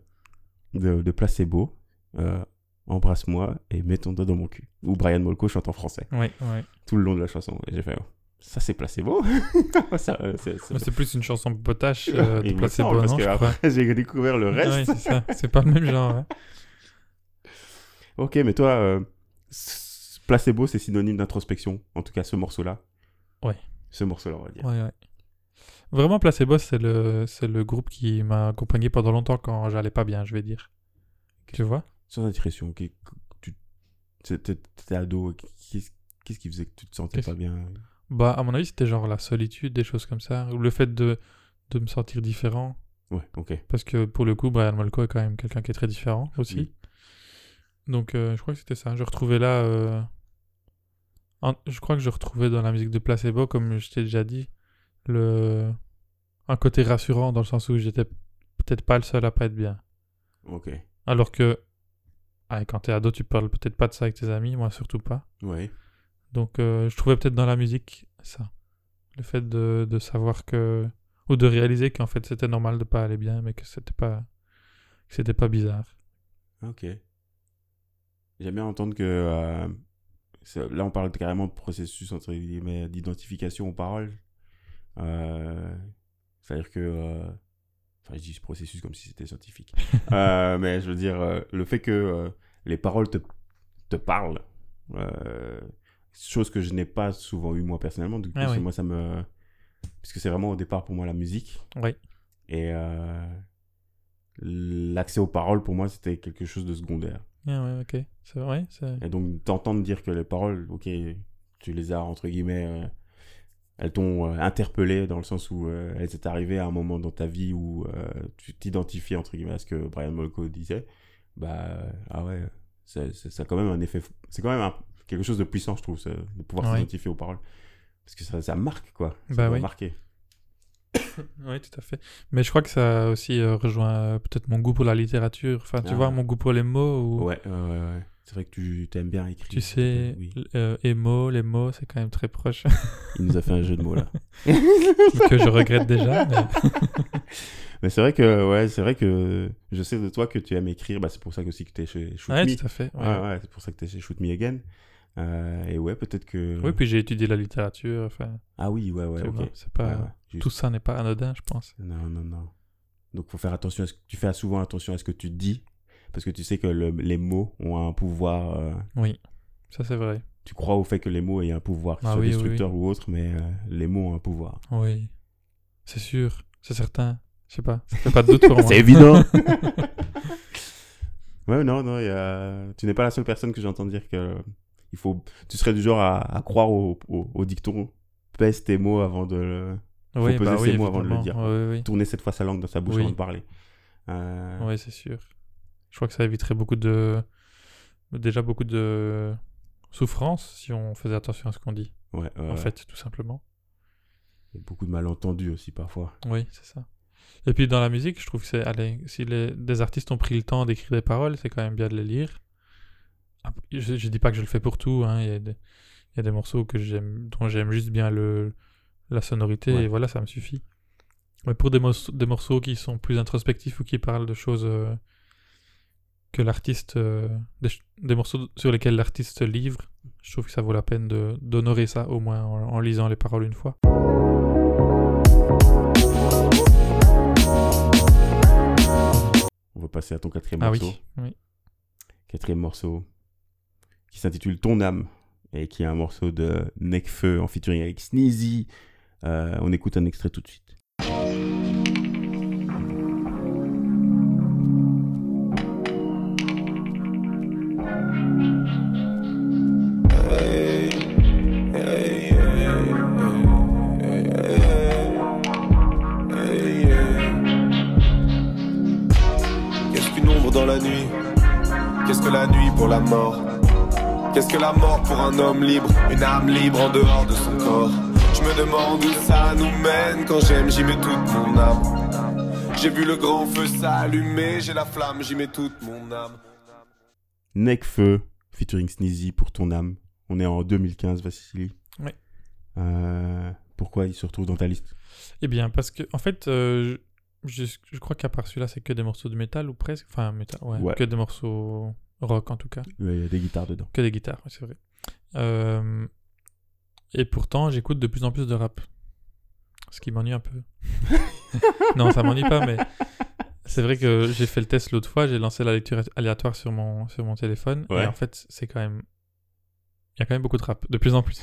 de, de Placebo, euh, Embrasse-moi et mets ton doigt dans mon cul, où Brian Molko chante en français,
Ouais, ouais.
tout le long de la chanson. Et j'ai fait, oh, ça c'est Placebo Ça, euh, c'est- c'est-
Mais c'est plus une chanson potache euh,
Il
de
me
placebo,
semble, parce
non,
que
je crois.
après, j'ai découvert le reste.
Ouais, c'est ça. C'est pas le même genre. ouais.
Ok, mais toi, euh, s- placebo, c'est synonyme d'introspection. En tout cas, ce morceau-là.
Ouais.
Ce morceau-là, on va dire.
Ouais, ouais. Vraiment, Placebo, c'est le, c'est le groupe qui m'a accompagné pendant longtemps quand j'allais pas bien, je vais dire. Tu vois
Sans indiscrétion, qu'est- que- tu t'es- t'es- t'étais ado, qu'est-ce qu'est-ce qui faisait que tu te sentais
Qu'est-ce-
pas bien
Bah, à mon avis, c'était genre la solitude, des choses comme ça, ou le fait de, de me sentir différent.
Ouais, ok.
Parce que pour le coup, Brian Molko est quand même quelqu'un qui est très différent aussi.
Oui.
Donc, euh, je crois que c'était ça. Je retrouvais là. euh, en- je crois que je retrouvais dans la musique de Placebo, comme je t'ai déjà dit, le... un côté rassurant dans le sens où j'étais peut-être pas le seul à pas être bien.
Ok.
Alors que, ah, quand t'es ado, tu parles peut-être pas de ça avec tes amis, moi surtout pas.
Ouais.
Donc euh, je trouvais peut-être dans la musique ça. Le fait de, de savoir que... Ou de réaliser qu'en fait c'était normal de pas aller bien, mais que c'était pas... Que c'était pas bizarre.
Ok. J'aime bien entendre que. euh, ça- là, on parle carrément de processus entre guillemets d'identification aux paroles. Euh, C'est-à-dire que. euh, Enfin, je dis ce processus comme si c'était scientifique. Euh, mais je veux dire, euh, le fait que euh, les paroles te, te parlent, euh, chose que je n'ai pas souvent eu moi personnellement, du coup,
Ah
c'est-
oui.
moi ça me. Parce que c'est vraiment au départ pour moi la musique.
Oui.
Et euh, l'accès aux paroles pour moi c'était quelque chose de secondaire.
Ah ouais, ok. C'est vrai, c'est...
Et donc t'entendre dire que les paroles, ok, tu les as entre guillemets, euh, elles t'ont euh, interpellé dans le sens où euh, elles étaient arrivées à un moment dans ta vie où euh, tu t'identifies entre guillemets à ce que Brian Molko disait. Bah euh, ah ouais, ça, ça, ça a quand même un effet, c'est quand même un- quelque chose de puissant je trouve, ça, de pouvoir
Ouais.
s'identifier aux paroles. Parce que ça, ça marque quoi, ça
Bah
doit
oui.
marquer.
Oui, tout à fait. Mais je crois que ça a aussi euh, rejoint euh, peut-être mon goût pour la littérature. Enfin, tu
Ah.
vois, mon goût pour les mots. Ou,
Ouais, ouais, ouais, ouais. C'est vrai que tu t'aimes bien écrire.
Tu sais,
Oui.
l- euh, les mots, les mots, c'est quand même très proche.
Il nous a fait un jeu de mots là.
que je regrette déjà. mais-
Mais c'est vrai que ouais, c'est vrai que je sais de toi que tu aimes écrire, bah, c'est pour ça que aussi que tu es chez Shoot
Ouais,
Me.
tout à fait. ouais.
Ouais, ouais, c'est pour ça que tu es chez Shoot Me Again. Euh, et ouais, peut-être que
Oui, puis j'ai étudié la littérature. Enfin,
Ah oui, ouais ouais,
tu
OK.
vois, c'est pas...
Ouais, ouais, juste-
Tout ça n'est pas anodin, je pense.
Non non non. Donc faut faire attention à ce que tu fais souvent attention à ce que tu dis parce que tu sais que le- les mots ont un pouvoir euh,
Oui, ça c'est vrai.
tu crois au fait que les mots aient un pouvoir, qu'ils
Ah
soient
oui, oui,
destructeurs ou autres, mais euh, les mots ont un pouvoir.
Oui, c'est sûr, c'est certain. Je sais pas, ça fait pas de doute pour moi.
C'est évident. ouais, non, non, il y a- tu n'es pas la seule personne que j'entends dire que euh, il faut. Tu serais du genre à, à croire au, au- au dicton. Pèse tes mots avant de le-
Oui,
Faut peser
bah oui,
ses mots avant de le
évidemment.
dire.
Oui, oui,
tourner cette fois sa langue dans sa bouche
Oui.
avant de parler. Euh,
oui. Oui, c'est sûr. Je crois que ça éviterait beaucoup de. Déjà beaucoup de souffrance si on faisait attention à ce qu'on dit,
ouais, ouais,
en
ouais.
fait, tout simplement.
Il y a beaucoup de malentendus aussi parfois.
Oui, c'est ça. Et puis dans la musique, je trouve que c'est. Allez, si les, des artistes ont pris le temps d'écrire des paroles, c'est quand même bien de les lire. Ah, Je, je dis pas que je le fais pour tout, hein, il y a des, il y a des morceaux que j'aime, dont j'aime juste bien le, la sonorité,
Ouais.
et voilà, ça me suffit. Mais pour des, mos- des morceaux qui sont plus introspectifs ou qui parlent de choses euh, que l'artiste. euh, des, ch- des morceaux sur lesquels l'artiste se livre, je trouve que ça vaut la peine de- d'honorer ça, au moins en- en lisant les paroles une fois.
On va passer à ton quatrième
Ah
morceau.
oui, oui.
Quatrième morceau qui s'intitule Ton âme et qui est un morceau de Necfeu en featuring avec Sneezy. Euh, on écoute un extrait tout de suite.
Qu'est-ce qu'une ombre dans la nuit Qu'est-ce que la nuit pour la mort Qu'est-ce que la mort pour un homme libre Une âme libre en dehors de son corps Je me demande où ça nous mène Quand j'aime j'y mets toute mon âme J'ai vu le grand feu s'allumer J'ai la flamme, j'y mets toute mon âme
Necfeu featuring Sneezy pour ton âme. On est en 2015, Vassili.
Ouais.
Euh, pourquoi il se retrouve dans ta liste
Eh bien, parce que, en fait, euh, je, je- je crois qu'à part celui-là, c'est que des morceaux de métal ou presque. Enfin, métal, ouais,
Ouais.
Que des morceaux rock en tout cas.
Ouais, Il y a des guitares dedans.
Que des guitares, ouais, c'est vrai. Euh, et pourtant, j'écoute de plus en plus de rap. Ce qui m'ennuie un peu. non, ça m'ennuie pas, mais c'est vrai que j'ai fait le test l'autre fois. J'ai lancé la lecture aléatoire sur mon, sur mon téléphone.
Ouais.
Et en fait, c'est quand même. Il y a quand même beaucoup de rap, de plus en plus.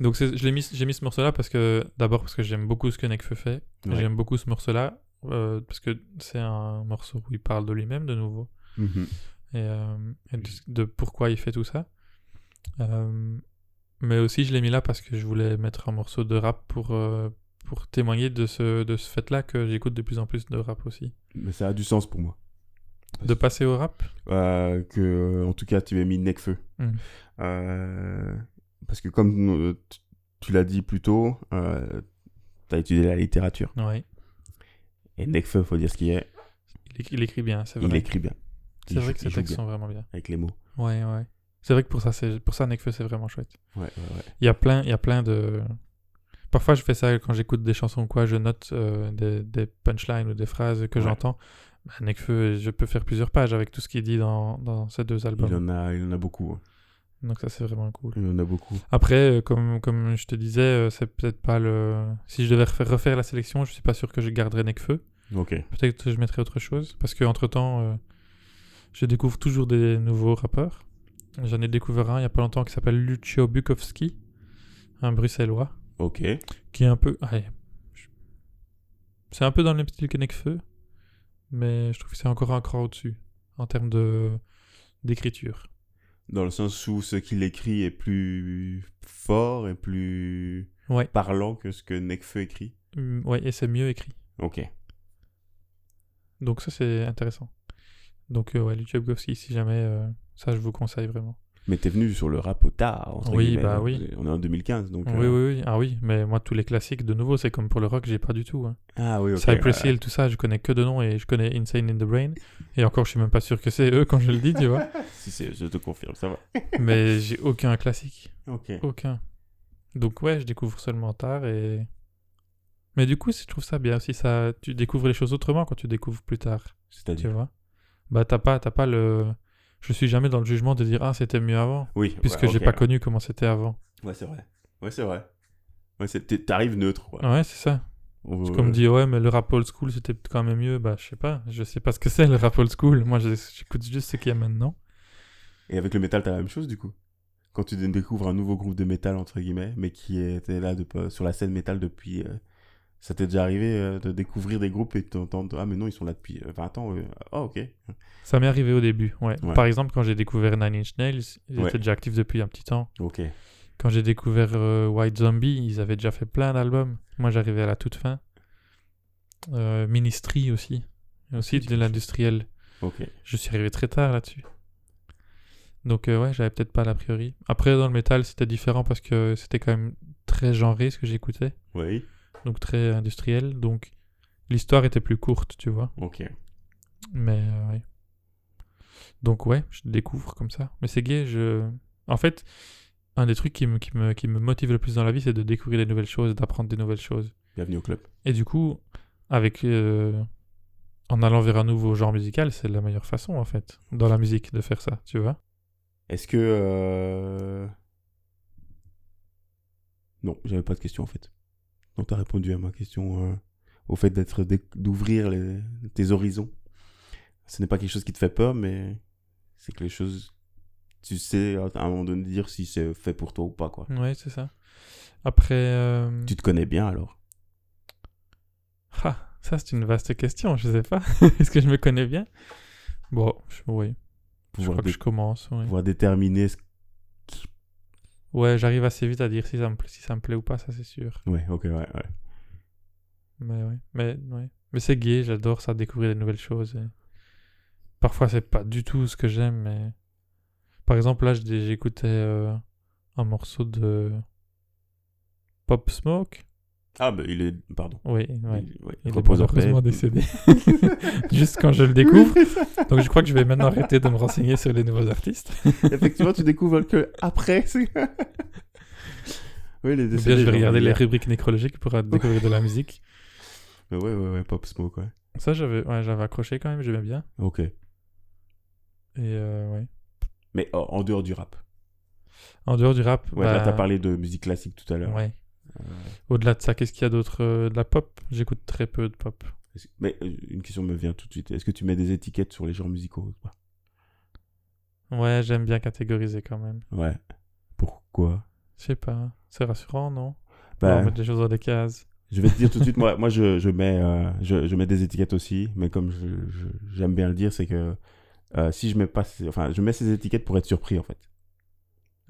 Donc, c'est- je l'ai mis- j'ai mis, ce morceau-là parce que, d'abord, parce que j'aime beaucoup ce que Nekfeu fait.
Ouais.
J'aime beaucoup ce morceau-là euh, parce que c'est un morceau où il parle de lui-même de nouveau.
Mhm.
et, euh, et de, de pourquoi il fait tout ça. Euh, mais aussi, je l'ai mis là parce que je voulais mettre un morceau de rap pour, euh, pour témoigner de ce, de ce fait-là que j'écoute de plus en plus de rap aussi.
Mais ça a du sens pour moi.
De passer au rap
Euh, que, en tout cas, tu as mis Necfeu.
Mm.
Euh, parce que comme euh, tu- tu l'as dit plus tôt, euh, tu as étudié la littérature.
Oui,
Et Necfeu, faut dire ce qu'il est,
il, écrit- il écrit bien, c'est
il
vrai.
écrit bien.
C'est
Il
vrai
joue-
que
il
ses
joue
textes
bien
sont vraiment bien.
Avec les mots.
Ouais, ouais. C'est vrai que pour ça, c'est- pour ça Nekfeu, c'est vraiment chouette.
Ouais, ouais, ouais.
Il y a plein, il y a plein de. Parfois, je fais ça quand j'écoute des chansons ou quoi, je note euh, des, des punchlines ou des phrases que
Ouais.
j'entends. Bah, Nekfeu, je peux faire plusieurs pages avec tout ce qu'il dit dans, dans ces deux albums.
Il, en a, il en a beaucoup. hein.
Donc, ça, c'est vraiment cool.
Il en a beaucoup.
Après, euh, comme, comme je te disais, euh, c'est peut-être pas le. Si je devais refaire, refaire la sélection, je suis pas sûr que je garderais Nekfeu.
Ok.
Peut-être que je mettrais autre chose. Parce qu'entre-temps, euh, je découvre toujours des nouveaux rappeurs. J'en ai découvert un il y a pas longtemps qui s'appelle Lucio Bukowski, un bruxellois.
Ok.
qui est un peu. ouais. Je- c'est un peu dans le même style que Nekfeu, mais je trouve que c'est encore un cran au-dessus en termes de d'écriture.
Dans le sens où ce qu'il écrit est plus fort et plus
Ouais.
parlant que ce que Necfeu écrit.
Hum, Ouais, et c'est mieux écrit.
Ok.
Donc ça, c'est intéressant. Donc euh, ouais, Lucio Bukowski, si jamais, euh, ça, je vous conseille vraiment.
Mais t'es venu sur le rap au tard, entre
Oui,
guillemets,
bah
hein.
oui.
On est en 2015, donc...
Oui,
euh,
oui, oui. Ah oui, mais moi, tous les classiques, de nouveau, c'est comme pour le rock, j'ai pas du tout. hein.
Ah oui, ok.
Cypress Hill, tout ça, je connais que de nom et je connais Insane in the Brain. Et encore, je suis même pas sûr que c'est eux quand je le dis, tu vois.
Si, c'est- je te confirme, ça va.
Mais j'ai aucun classique.
Ok.
Aucun. Donc ouais, je découvre seulement tard et... Mais du coup, je trouve ça bien aussi, ça... tu découvres les choses autrement quand tu découvres plus tard, tu
C'est-à-dire...
vois. Bah t'as pas, t'as pas le... Je suis jamais dans le jugement de dire « Ah, c'était mieux avant
Oui. »,
puisque
ouais,
j'ai
ok,
pas
ouais.
connu comment c'était avant.
Ouais, c'est vrai. Ouais, c'est vrai. Ouais, c'est- t'es- t'arrives neutre, quoi.
Ouais, c'est ça.
On-
C'est comme dire « Ouais, mais le rap old school, c'était quand même mieux ». Bah je sais pas, je sais pas ce que c'est le rap old school. Moi, je- j'écoute juste ce qu'il y a maintenant.
Et avec le métal, t'as la même chose, du coup. Quand tu dé- découvres un nouveau groupe de métal, entre guillemets, mais qui était là de- sur la scène métal depuis... euh, Ça t'est déjà arrivé euh, de découvrir des groupes et de t'entendre Ah, mais non, ils sont là depuis euh, 20 ans. euh, Ah, ok.
Ça m'est arrivé au début, ouais.
Ouais.
Par exemple, quand j'ai découvert Nine Inch Nails, ils
Ouais.
étaient déjà actifs depuis un petit temps.
Ok.
Quand j'ai découvert euh, White Zombie, ils avaient déjà fait plein d'albums. Moi, j'arrivais à la toute fin. Euh, Ministry aussi. Et aussi de l'industriel.
Ok.
Je suis arrivé très tard là-dessus. Donc, euh, ouais, j'avais peut-être pas l'a priori. Après, dans le métal, c'était différent parce que c'était quand même très genré ce que j'écoutais.
Oui.
Donc, très industriel. Donc, l'histoire était plus courte, tu vois.
Ok.
Mais euh, ouais. Donc ouais, je découvre comme ça. Mais c'est gay, je... En fait, un des trucs qui me, qui, me, qui me motive le plus dans la vie, c'est de découvrir des nouvelles choses, d'apprendre des nouvelles choses.
Bienvenue au club.
Et du coup, avec... euh, En allant vers un nouveau genre musical, c'est la meilleure façon, en fait, dans la musique, de faire ça, tu vois.
Est-ce que. euh, Non, j'avais pas de question en fait. Donc t'as répondu à ma question euh, au fait d'être dé- d'ouvrir les- tes horizons. Ce n'est pas quelque chose qui te fait peur, mais c'est que les choses. Tu sais à un moment donné dire si c'est fait pour toi ou pas quoi.
Ouais, c'est ça. Après... euh,
Tu te connais bien alors.
Ah, ça, c'est une vaste question, je sais pas. Est-ce que je me connais bien Bon, je- oui. Je
Pouvoir,
crois que
dé-
je commence, oui.
pouvoir déterminer ce.
Ouais, j'arrive assez vite à dire si ça me, pla- si ça me plaît ou pas, ça, c'est sûr.
Ouais, ok, ouais, ouais.
Mais ouais, mais ouais. Mais c'est gay, j'adore ça, découvrir des nouvelles choses. et Parfois, c'est pas du tout ce que j'aime, mais. Par exemple, là, j'ai- j'écoutais euh, un morceau de. Pop Smoke
Ah, bah il est. Pardon.
Oui, ouais.
Il, ouais.
Il est
Repose en paix.
malheureusement décédé. Juste quand je le découvre. Donc, je crois que je vais maintenant arrêter de me renseigner sur les nouveaux artistes.
Effectivement, tu découvres que après. c'est- oui, les
Ou bien, je vais
gens,
regarder
ils-
les rubriques nécrologiques pour euh, découvrir de la musique.
Mais ouais, ouais, ouais, Pop Smoke, ouais.
Ça, j'avais ouais, j'avais accroché quand même, j'aimais bien.
Ok.
Et euh, ouais.
Mais oh, en- en dehors du rap.
En dehors du rap.
Ouais, là,
bah,
t'as parlé de musique classique tout à l'heure.
Ouais.
euh,
Au-delà de ça, qu'est-ce qu'il y a d'autre euh, De la pop J'écoute très peu de pop.
Est-ce- Mais euh, une question me vient tout de suite. Est-ce que tu mets des étiquettes sur les genres musicaux ou pas
Ouais, j'aime bien catégoriser quand même.
Ouais. Pourquoi
Je sais pas. C'est rassurant, non On
bah,
va mettre les choses dans des cases.
Je vais te dire tout de suite, moi, moi je, je mets, euh, je, je mets des étiquettes aussi, mais comme je- je- j'aime bien le dire, c'est que Euh, si je mets pas, ces- enfin, je mets ces étiquettes pour être surpris en fait,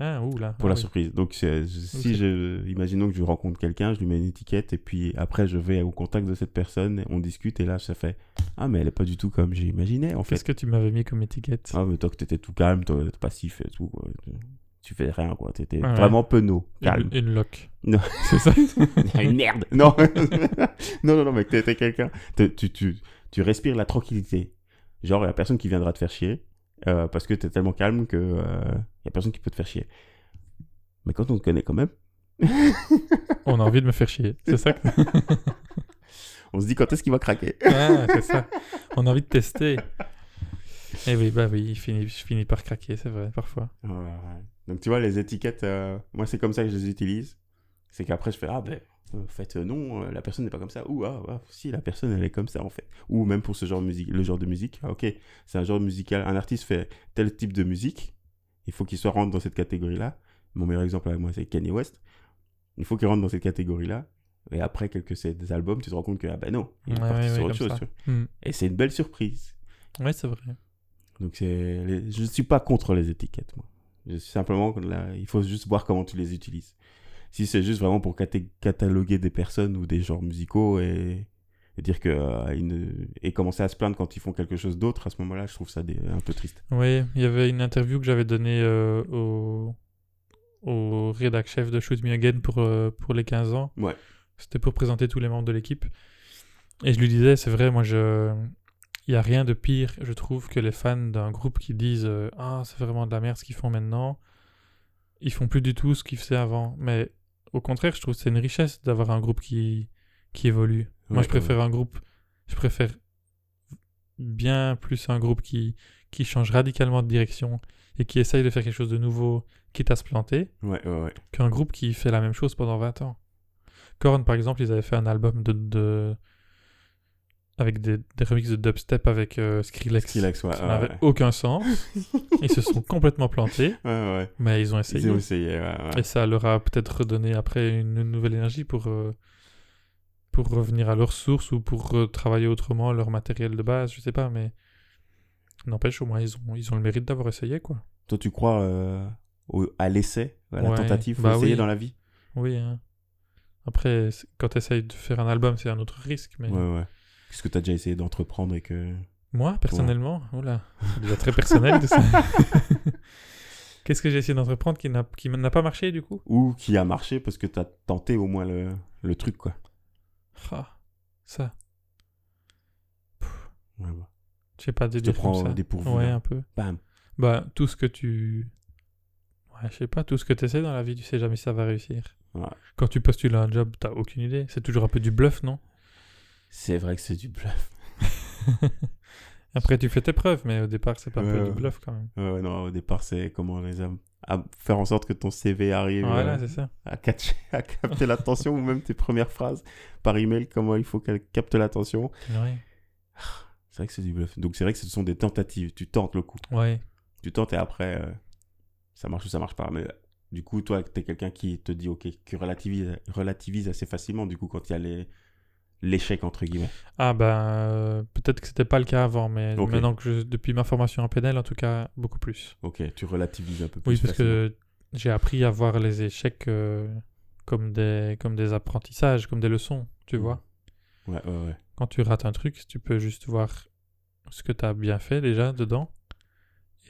Ah, ouh là.
pour
ah
la
oui.
surprise. Donc c'est- je-
Ok.
si je, imaginons que je rencontre quelqu'un, je lui mets une étiquette et puis après je vais au contact de cette personne, on discute et là ça fait ah mais elle est pas du tout comme j'ai imaginé en fait.
Qu'est-ce que tu m'avais mis comme étiquette
Ah mais toi que t'étais tout calme, toi t'es passif et tout, quoi. tu fais rien quoi, t'étais
Ah ouais.
vraiment penaud, calme.
Une, une loque.
Non.
C'est ça Ah,
une merde. Non, non, non, non, mais t'es t'es quelqu'un. t'es- Tu, tu, tu respires la tranquillité. Genre, il a personne qui viendra te faire chier euh, parce que t'es tellement calme que euh, y a personne qui peut te faire chier. Mais quand on te connaît quand même,
On a envie de me faire chier. C'est ça que-
on se dit quand est-ce qu'il va craquer.
Ah, c'est ça. On a envie de tester. Eh oui, bah oui, il finit, je finis par craquer, c'est vrai, parfois.
Ouais, ouais. Donc tu vois, les étiquettes, euh, moi c'est comme ça que je les utilise. C'est qu'après je fais, ah ben, euh, en fait euh, non, euh, la personne n'est pas comme ça. Ou ah, ouais, si, la personne elle est comme ça en fait. Ou même pour ce genre de musique, le genre de musique, ah, ok, c'est un genre musical, un artiste fait tel type de musique, il faut qu'il soit rentre dans cette catégorie-là. Mon meilleur exemple avec moi c'est Kanye West. Il faut qu'il rentre dans cette catégorie-là. Et après quelques ces- des albums, tu te rends compte que, ah ben non, il est
Ouais,
parti
ouais,
sur
ouais,
autre
comme
chose.
ça.
tu vois.
Hmm.
Et c'est une belle surprise.
Oui, c'est vrai.
Donc c'est, les- je ne suis pas contre les étiquettes, moi. Je suis simplement que là, il faut juste voir comment tu les utilises. Si c'est juste vraiment pour caté- cataloguer des personnes ou des genres musicaux et, et dire que euh, ils ne- et commencer à se plaindre quand ils font quelque chose d'autre, à ce moment-là, je trouve ça des- un peu triste.
Oui, il y avait une interview que j'avais donnée euh, au, au rédac chef de Shoot Me Again pour, euh, pour les 15 ans.
Ouais.
C'était pour présenter tous les membres de l'équipe. Et je lui disais, c'est vrai, moi, je... il n'y a rien de pire, je trouve, que les fans d'un groupe qui disent euh, Ah, c'est vraiment de la merde ce qu'ils font maintenant. Ils font plus du tout ce qu'ils faisaient avant. Mais au contraire, je trouve que c'est une richesse d'avoir un groupe qui, qui évolue. Moi,
Ouais,
je préfère un groupe. Je préfère bien plus un groupe qui, qui change radicalement de direction et qui essaye de faire quelque chose de nouveau, quitte à se planter,
Ouais, ouais, ouais.
qu'un groupe qui fait la même chose pendant 20 ans. Korn, par exemple, ils avaient fait un album de. de- avec des, des remixes de dubstep avec euh, Skrillex.
Skrillex, ouais,
Ça
ouais,
n'avait
ouais.
aucun sens. ils se sont complètement plantés,
Ouais, ouais.
mais ils ont
Ils
essayé.
ont essayé, ouais, ouais.
Et ça leur a peut-être redonné après une nouvelle énergie pour, euh, pour revenir à leurs sources ou pour euh, travailler autrement leur matériel de base, je sais pas, mais n'empêche, au moins, ils ont, ils ont le mérite d'avoir essayé, quoi.
Toi, tu crois euh, au- à l'essai, à la
Ouais,
tentative, faut
bah
essayer
oui.
dans la vie
Oui, hein. Après, c'est- quand tu essayes de faire un album, c'est un autre risque, mais
Ouais, ouais. Qu'est-ce que tu as déjà essayé d'entreprendre et que.
moi, personnellement, oula, c'est déjà très personnel tout ça. Qu'est-ce que j'ai essayé d'entreprendre qui n'a qui n'a pas marché, du coup
Ou qui a marché parce que tu as tenté au moins le, le truc, quoi.
Ah, ça,
Ouais, ouais.
je sais pas, des
Tu te
trucs comme
prends
ça.
au dépourvu,
Ouais,
là.
un peu.
Bam.
Bah, tout ce que tu. Ouais, je sais pas, tout ce que tu essaies dans la vie, tu sais jamais si ça va réussir.
Ouais.
Quand tu postules à un job, t'as aucune idée. C'est toujours un peu du bluff, non
C'est vrai que c'est du bluff.
Après, tu fais tes preuves, mais au départ, c'est pas
Ouais,
peu du
ouais.
bluff quand même.
Ouais, ouais, non, au départ, c'est comment les hommes. À faire en sorte que ton CV arrive
voilà,
euh,
c'est ça.
à, catcher- à capter l'attention ou même tes premières phrases par email, comment il faut qu'elles captent l'attention.
Ouais.
C'est vrai que c'est du bluff. Donc c'est vrai que ce sont des tentatives. Tu tentes le coup.
Ouais.
Tu tentes et après, euh, ça marche ou ça marche pas. Mais euh, du coup, toi, t'es quelqu'un qui te dit, ok, qui relativise, relativise assez facilement, du coup, quand il y a les- l'échec, entre guillemets.
Ah, ben, euh, peut-être que c'était pas le cas avant, mais
Ok.
maintenant que je. Depuis ma formation en PNL, en tout cas, beaucoup plus.
Ok, tu relativises un peu plus.
Oui, parce
facilement.
que j'ai appris à voir les échecs euh, comme, des, comme des apprentissages, comme des leçons, tu
Mhm.
vois.
Ouais, ouais, ouais.
quand tu rates un truc, tu peux juste voir ce que tu as bien fait déjà dedans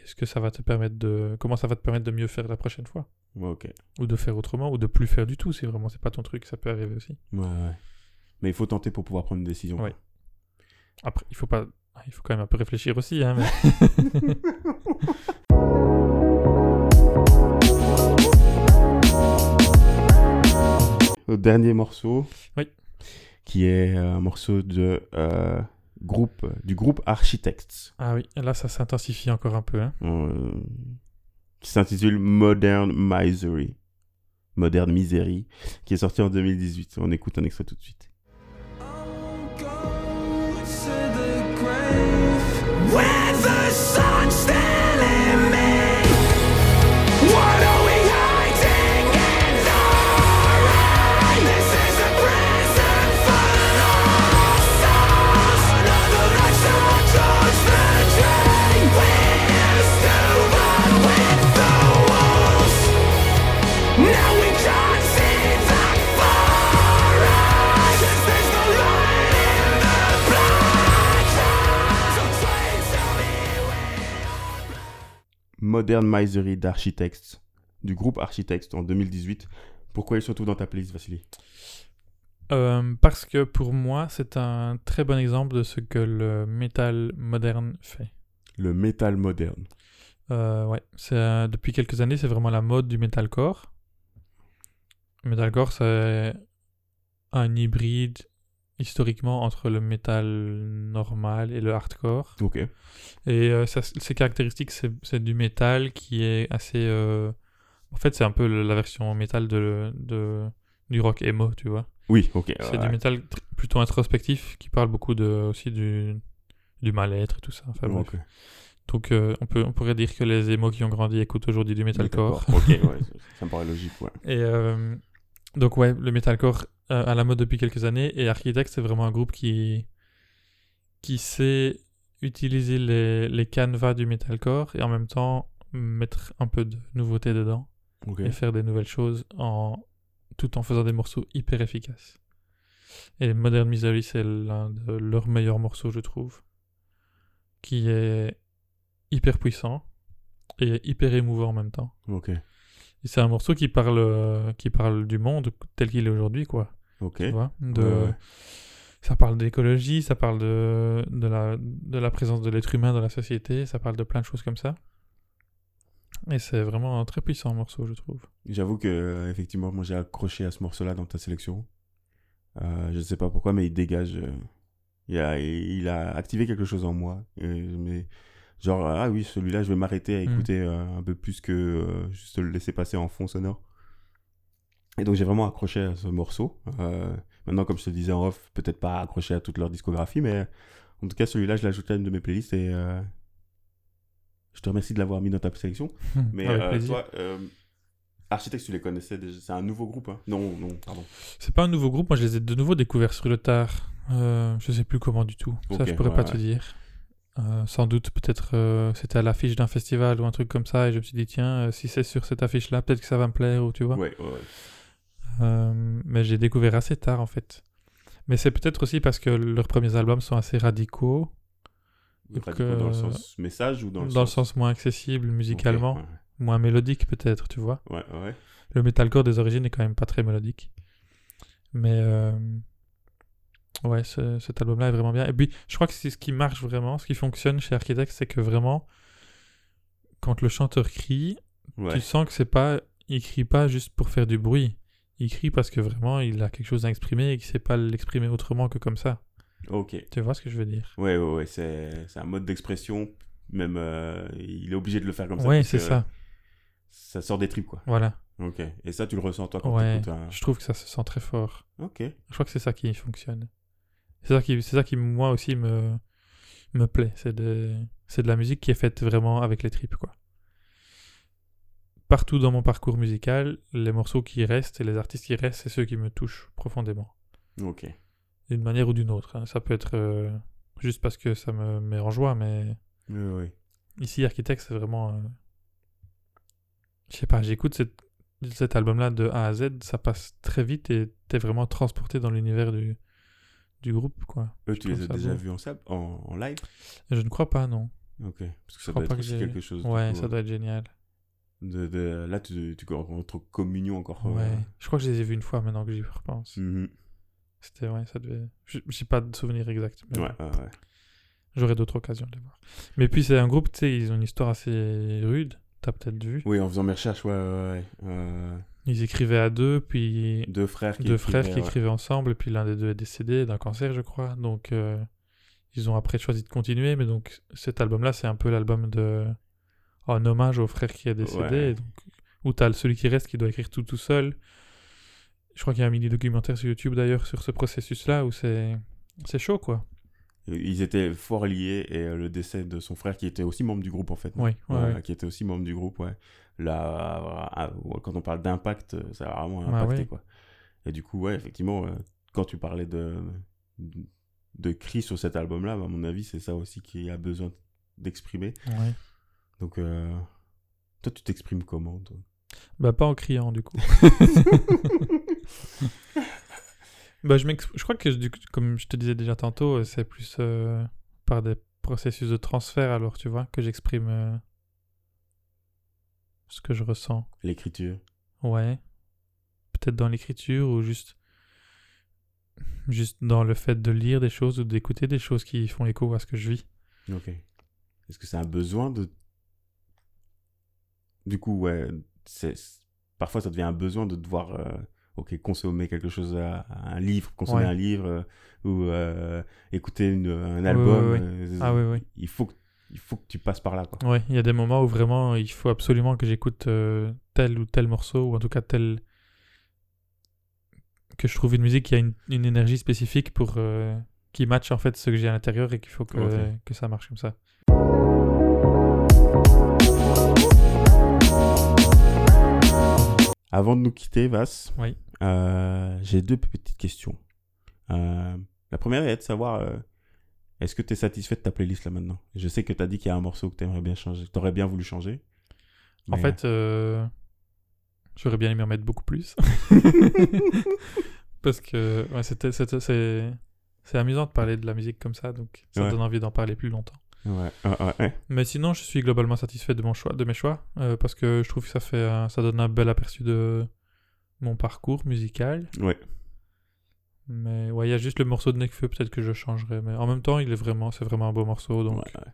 et ce que ça va te permettre de comment ça va te permettre de mieux faire la prochaine fois
Ouais, ok.
ou de faire autrement ou de plus faire du tout si vraiment c'est pas ton truc, ça peut arriver aussi.
Ouais, ouais. Mais il faut tenter pour pouvoir prendre une décision.
Ouais. Après, il faut pas il faut quand même un peu réfléchir aussi hein, mais-
Au dernier morceau.
Oui.
Qui est euh, un morceau de, euh, groupe, du groupe Architects.
Ah oui, là ça s'intensifie encore un peu hein.
euh, qui s'intitule Modern Misery. Modern Misery. Qui est sorti en 2018. On écoute un extrait tout de suite.
Judge the dream
Modern Misery d'Architects, du groupe Architects en 2018. Pourquoi il se retrouve dans ta playlist, Vassili
Euh, parce que pour moi, c'est un très bon exemple de ce que le métal moderne fait.
Le métal moderne.
Euh, ouais, c'est, euh, depuis quelques années, c'est vraiment la mode du metalcore. Le metalcore, c'est un hybride historiquement entre le métal normal et le hardcore.
Ok.
Et euh, ça- ses caractéristiques, c'est c'est du métal qui est assez. euh, En fait, c'est un peu le- la version métal de, de, du rock emo, tu vois.
Oui, ok.
C'est
ouais.
du métal tr- plutôt introspectif qui parle beaucoup de, aussi du, du mal-être et tout ça. Enfin, bref.
Ok.
Donc, euh, on, peut, on pourrait dire que les émos qui ont grandi écoutent aujourd'hui du metalcore.
D'accord. Ok, ouais, ça- ça me paraît logique, ouais.
Et euh, donc, ouais, le metalcore euh, à la mode depuis quelques années. Et Architect, c'est vraiment un groupe qui, qui sait utiliser les, les canevas du metalcore et en même temps mettre un peu de nouveauté dedans
Ok.
et faire des nouvelles choses en tout en faisant des morceaux hyper efficaces. Et Modern Misery, c'est l'un de leurs meilleurs morceaux, je trouve, qui est hyper puissant et hyper émouvant en même temps.
Ok.
Et c'est un morceau qui parle, euh, qui parle du monde tel qu'il est aujourd'hui, quoi.
Ok.
Tu vois de...
Ouais, ouais.
Ça parle d'écologie, ça parle de, de, la, de la présence de l'être humain dans la société, ça parle de plein de choses comme ça. Et c'est vraiment un très puissant morceau, je trouve.
J'avoue que, euh, effectivement, moi j'ai accroché à ce morceau-là dans ta sélection. Euh, je ne sais pas pourquoi, mais il dégage. euh, il, a, il a activé quelque chose en moi. Euh, mais genre, ah oui, celui-là, je vais m'arrêter à
Mm.
écouter euh, un peu plus que euh, juste le laisser passer en fond sonore. Et donc j'ai vraiment accroché à ce morceau. Euh, maintenant, comme je te le disais en off, peut-être pas accroché à toute leur discographie, mais en tout cas, celui-là, je l'ajoute à une de mes playlists et euh, je te remercie de l'avoir mis dans ta sélection. Mais
Avec
euh,
plaisir.
toi, euh, Architects, tu les connaissais déjà C'est un nouveau groupe hein Non, non, pardon.
C'est pas un nouveau groupe, moi je les ai de nouveau découverts sur le tard. Euh, je sais plus comment du tout. ça,
Ok,
je pourrais
ouais,
pas
ouais.
te dire. Euh, sans doute, peut-être euh, c'était à l'affiche d'un festival ou un truc comme ça, et je me suis dit, tiens, euh, si c'est sur cette affiche-là, peut-être que ça va me plaire, ou tu vois.
Ouais, ouais, ouais.
Euh, mais j'ai découvert assez tard en fait. Mais c'est peut-être aussi parce que leurs premiers albums sont assez radicaux, Donc,
Radicaux dans le
euh,
sens message ou dans
dans
le
le,
sens
sens moins accessible
Ok,
musicalement, moins mélodique peut-être, tu vois.
ouais, ouais, ouais.
Le metalcore des origines est quand même pas très mélodique. Mais euh, ouais, ce- cet album-là est vraiment bien. Et puis, je crois que c'est ce qui marche vraiment, ce qui fonctionne chez Architects, c'est que vraiment, quand le chanteur crie,
Ouais.
tu sens que c'est pas il crie pas juste pour faire du bruit il crie parce que vraiment il a quelque chose à exprimer et qu'il sait pas l'exprimer autrement que comme ça
Ok.
tu vois ce que je veux dire
Ouais, ouais, ouais. C'est c'est un mode d'expression. Même, euh, il est obligé de le faire comme ça.
ouais
parce
c'est
que
ça
Ça sort des tripes, quoi.
voilà
Ok. Et ça, tu le ressens, toi, quand
ouais
t'écoutes un.
je trouve que ça se sent très fort
Ok.
je crois que c'est ça qui fonctionne c'est ça qui c'est ça qui moi aussi me me plaît c'est de c'est de la musique qui est faite vraiment avec les tripes quoi partout dans mon parcours musical les morceaux qui restent et les artistes qui restent c'est ceux qui me touchent profondément
Ok.
d'une manière ou d'une autre. hein. Ça peut être euh, juste parce que ça me met en joie, mais
Ouais, ouais.
ici, Architect, c'est vraiment. euh, Je sais pas, j'écoute cette- cet album-là de A à Z, ça passe très vite et t'es vraiment transporté dans l'univers du, du groupe, quoi.
Eux, tu les
trouve
as
ça
déjà
beau.
vus en, sab- en, en live
Et je ne crois pas, non.
Ok. Parce que
Je
ça
crois
doit
pas
être
que
aussi
j'ai-
quelque chose. du
Ouais,
coup,
ça doit être génial.
de, de- Là, tu, tu rentres en communion encore. euh,
Ouais. Mm. Je crois que je les ai vus une fois maintenant que j'y repense.
mhm.
C'était, ouais, ça devait. je- J'ai pas de souvenir exact. mais
Ouais,
bon.
ouais, ouais.
J'aurai d'autres occasions de les voir. Mais puis, c'est un groupe, tu sais, ils ont une histoire assez rude. T'as peut-être vu.
Oui, en faisant mes recherches, ouais, ouais, ouais. Euh,
Ils écrivaient à deux, puis
deux frères qui
deux frères qui
ouais.
écrivaient ensemble, et puis l'un des deux est décédé d'un cancer, je crois. Donc, euh, ils ont après choisi de continuer, mais donc cet album-là, c'est un peu l'album de. En hommage au frère qui est décédé,
Ouais.
et donc, où t'as celui qui reste qui doit écrire tout tout seul. Je crois qu'il y a un mini-documentaire sur YouTube d'ailleurs sur ce processus-là où c'est. C'est chaud quoi.
Ils étaient fort liés et euh, le décès de son frère qui était aussi membre du groupe en fait. non
Oui, ouais,
Ouais,
ouais.
Qui était aussi membre du groupe, ouais. Là, euh, euh, quand on parle d'impact, euh, ça a vraiment
Bah
impacté
ouais.
quoi. Et du coup, ouais, effectivement, euh, quand tu parlais de de cris sur cet album-là, bah, à mon avis, c'est ça aussi qui a besoin d'exprimer.
Ouais.
Donc, euh, toi, tu t'exprimes comment toi
Bah, pas en criant, du coup. bah, je, m'ex- je crois que, du coup, comme je te disais déjà tantôt, euh, c'est plus euh, par des processus de transfert, alors, tu vois, que j'exprime euh, ce que je ressens.
L'écriture.
Ouais. Peut-être dans l'écriture ou juste juste dans le fait de lire des choses ou d'écouter des choses qui font écho à ce que je vis.
Ok. Est-ce que c'est un besoin de. Du coup, ouais. c'est- c'est- Parfois, ça devient un besoin de devoir euh, ok, consommer quelque chose, à- à un livre, consommer
Ouais.
un livre euh, ou euh, écouter une- un
Ouais,
album.
ouais, ouais.
euh,
Ah oui, oui.
il, faut que, il faut que tu passes par là. Quoi.
Ouais, il y a des moments où vraiment il faut absolument que j'écoute euh, tel ou tel morceau, ou en tout cas tel. que je trouve une musique qui a une, une énergie spécifique pour. euh, qui match en fait ce que j'ai à l'intérieur et qu'il faut que,
Ok.
que ça marche comme ça.
Avant de nous quitter, Vas,
Oui.
euh, j'ai deux petites questions. Euh, la première est de savoir euh, est-ce que tu es satisfait de ta playlist là maintenant Je sais que tu as dit qu'il y a un morceau que tu aimerais bien changer, que tu aurais bien voulu changer.
En
mais-
fait, euh, j'aurais bien aimé en mettre beaucoup plus. Parce que ouais, c'était- c'était- c'est c'est amusant de parler de la musique comme ça, donc ça
Ouais.
donne envie d'en parler plus longtemps.
Ouais, ouais, ouais, ouais.
Mais sinon, je suis globalement satisfait de, mon choix, de mes choix, euh, parce que je trouve que ça, fait un- ça donne un bel aperçu de mon parcours musical.
Ouais.
Mais ouais, il y a juste le morceau de Nekfeu, peut-être que je changerai. Mais en même temps, il est vraiment, c'est vraiment un beau morceau, donc
Ouais, ouais.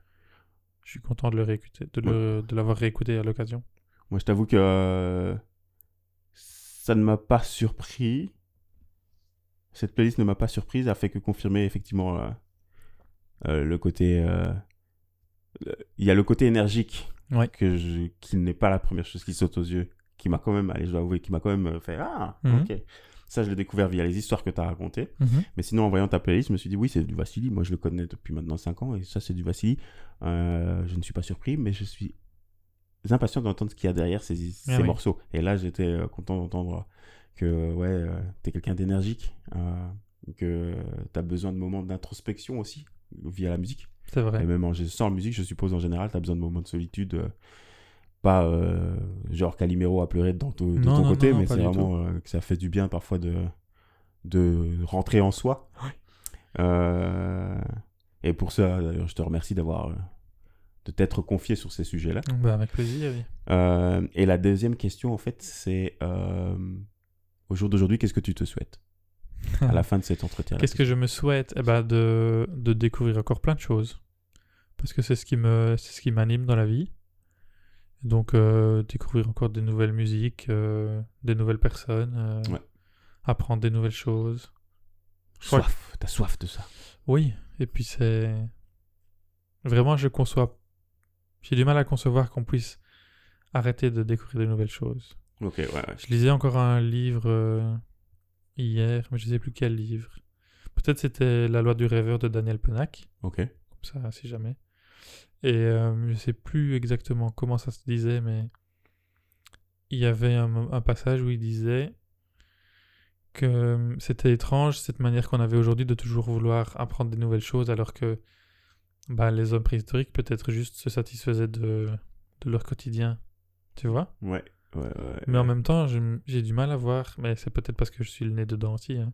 je suis content de le réécouter, de le- de l'avoir réécouté à l'occasion.
Moi, je t'avoue que euh, ça ne m'a pas surpris. Cette playlist ne m'a pas surprise, a fait que confirmer effectivement euh, euh, le côté. euh, le- Il y a le côté énergique
Ouais.
que je- qui n'est pas la première chose qui saute aux yeux, qui m'a quand même, allez, je dois avouer, qui m'a quand même euh, fait Ah,
Mhm.
ok. Ça, je l'ai découvert via les histoires que tu as racontées. Mais sinon, en voyant ta playlist, je me suis dit, oui, c'est du Vassili. Moi, je le connais depuis maintenant 5 ans et ça, c'est du Vassili. Euh, je ne suis pas surpris, mais je suis impatient d'entendre ce qu'il y a derrière ces, ces
Ah oui.
morceaux. Et là, j'étais euh, content d'entendre que, euh, ouais, euh, t'es quelqu'un d'énergique, euh, que t'as besoin de moments d'introspection aussi via la musique.
C'est vrai.
Et même en, sans la musique, je suppose, en général, t'as besoin de moments de solitude. euh, pas euh, genre Calimero à pleurer dans ton- de
Non,
ton
non,
côté,
non, non,
mais
pas
c'est
du
vraiment euh, que ça fait du bien parfois de, de rentrer en soi. Euh, et pour ça, d'ailleurs, je te remercie d'avoir euh, de t'être confié sur ces sujets-là.
Ben, avec plaisir, oui.
Euh, et la deuxième question, en fait, c'est euh, au jour d'aujourd'hui, qu'est-ce que tu te souhaites à la fin de cet entretien
Qu'est-ce que je me souhaite eh ben, de, de découvrir encore plein de choses. Parce que c'est ce qui me c'est ce qui m'anime dans la vie. Donc euh, découvrir encore des nouvelles musiques, euh, des nouvelles personnes, euh,
Ouais.
apprendre des nouvelles choses. je crois que-
Soif, t'as soif de ça.
Oui, et puis c'est vraiment je conçois j'ai du mal à concevoir qu'on puisse arrêter de découvrir de nouvelles choses.
Ok, ouais, ouais.
Je lisais encore un livre euh, hier, mais je ne sais plus quel livre. Peut-être c'était La loi du rêveur de Daniel Penac,
Ok.
comme ça, si jamais. Et euh, je ne sais plus exactement comment ça se disait, mais il y avait un, mo- un passage où il disait que euh, c'était étrange cette manière qu'on avait aujourd'hui de toujours vouloir apprendre des nouvelles choses, alors que bah, les hommes préhistoriques peut-être juste se satisfaisaient de, de leur quotidien. Tu vois
Ouais, ouais, ouais.
mais en même temps, je m- j'ai du mal à voir, mais c'est peut-être parce que je suis le nez dedans aussi, hein,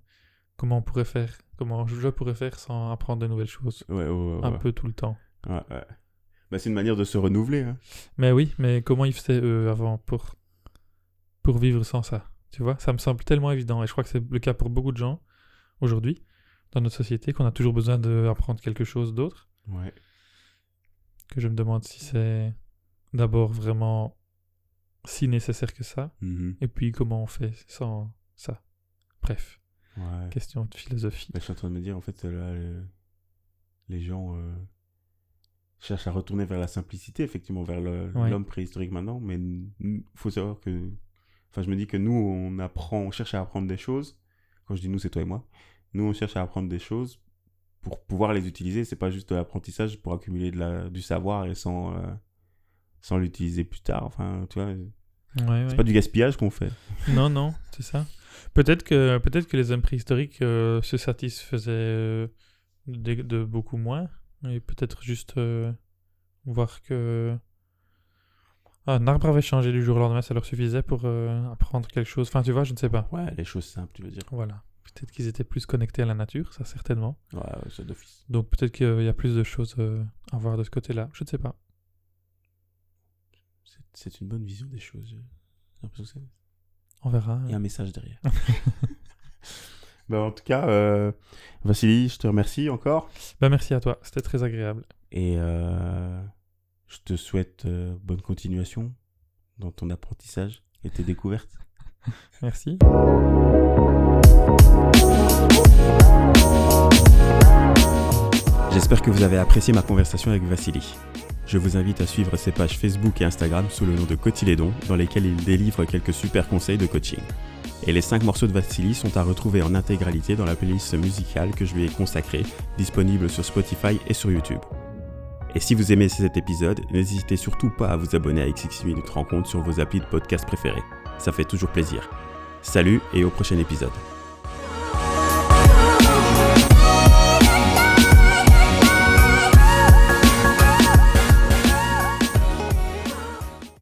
comment on pourrait faire, comment je pourrais faire sans apprendre de nouvelles choses
Ouais, ouais, ouais, ouais.
un peu tout le temps.
Ouais, ouais. Bah, c'est une manière de se renouveler. hein.
Mais oui, mais comment ils faisaient eux avant pour, pour vivre sans ça Tu vois, ça me semble tellement évident, et je crois que c'est le cas pour beaucoup de gens aujourd'hui, dans notre société, qu'on a toujours besoin d'apprendre quelque chose d'autre, que je me demande si c'est d'abord vraiment si nécessaire que ça,
Mhm.
et puis comment on fait sans ça. Bref.
Ouais.
Question de philosophie.
Bah, je suis en train de me dire, en fait, là, le- les gens euh, cherchent à retourner vers la simplicité, effectivement, vers le-
Ouais.
l'homme préhistorique maintenant. Mais il faut savoir que. Enfin, je me dis que nous, on apprend, on cherche à apprendre des choses. Quand je dis nous, c'est toi et moi. Nous, on cherche à apprendre des choses pour pouvoir les utiliser. C'est pas juste de l'apprentissage pour accumuler de la, du savoir et sans, euh, sans l'utiliser plus tard. Enfin, tu vois,
Ouais,
c'est
ouais.
pas du gaspillage qu'on fait.
Non, non, c'est ça. Peut-être que, peut que les hommes préhistoriques euh, se satisfaisaient euh, de, de beaucoup moins. Et peut-être juste euh, voir que. Ah, un arbre avait changé du jour au lendemain, ça leur suffisait pour euh, apprendre quelque chose. Enfin, tu vois, je ne sais pas.
Ouais, les choses simples, tu veux dire.
Voilà. Peut-être qu'ils étaient plus connectés à la nature, ça certainement.
Ouais, ouais, ça d'office.
Donc peut-être qu'il y a plus de choses euh, à voir de ce côté-là. Je ne sais pas.
C'est C'est une bonne vision des choses. J'ai l'impression que c'est
On verra.
Il y a un message derrière. Ben, en tout cas, euh, Vassili, je te remercie encore.
Bah, merci à toi, c'était très agréable.
Et euh, je te souhaite euh, bonne continuation dans ton apprentissage et tes découvertes.
Merci.
J'espère que vous avez apprécié ma conversation avec Vassili. Je vous invite à suivre ses pages Facebook et Instagram sous le nom de Cotilédon, dans lesquelles il délivre quelques super conseils de coaching. Et les 5 morceaux de Vassili sont à retrouver en intégralité dans la playlist musicale que je lui ai consacrée, disponible sur Spotify et sur YouTube. Et si vous aimez cet épisode, n'hésitez surtout pas à vous abonner à XX Minutes Rencontre sur vos applis de podcast préférés. Ça fait toujours plaisir. Salut et au prochain épisode.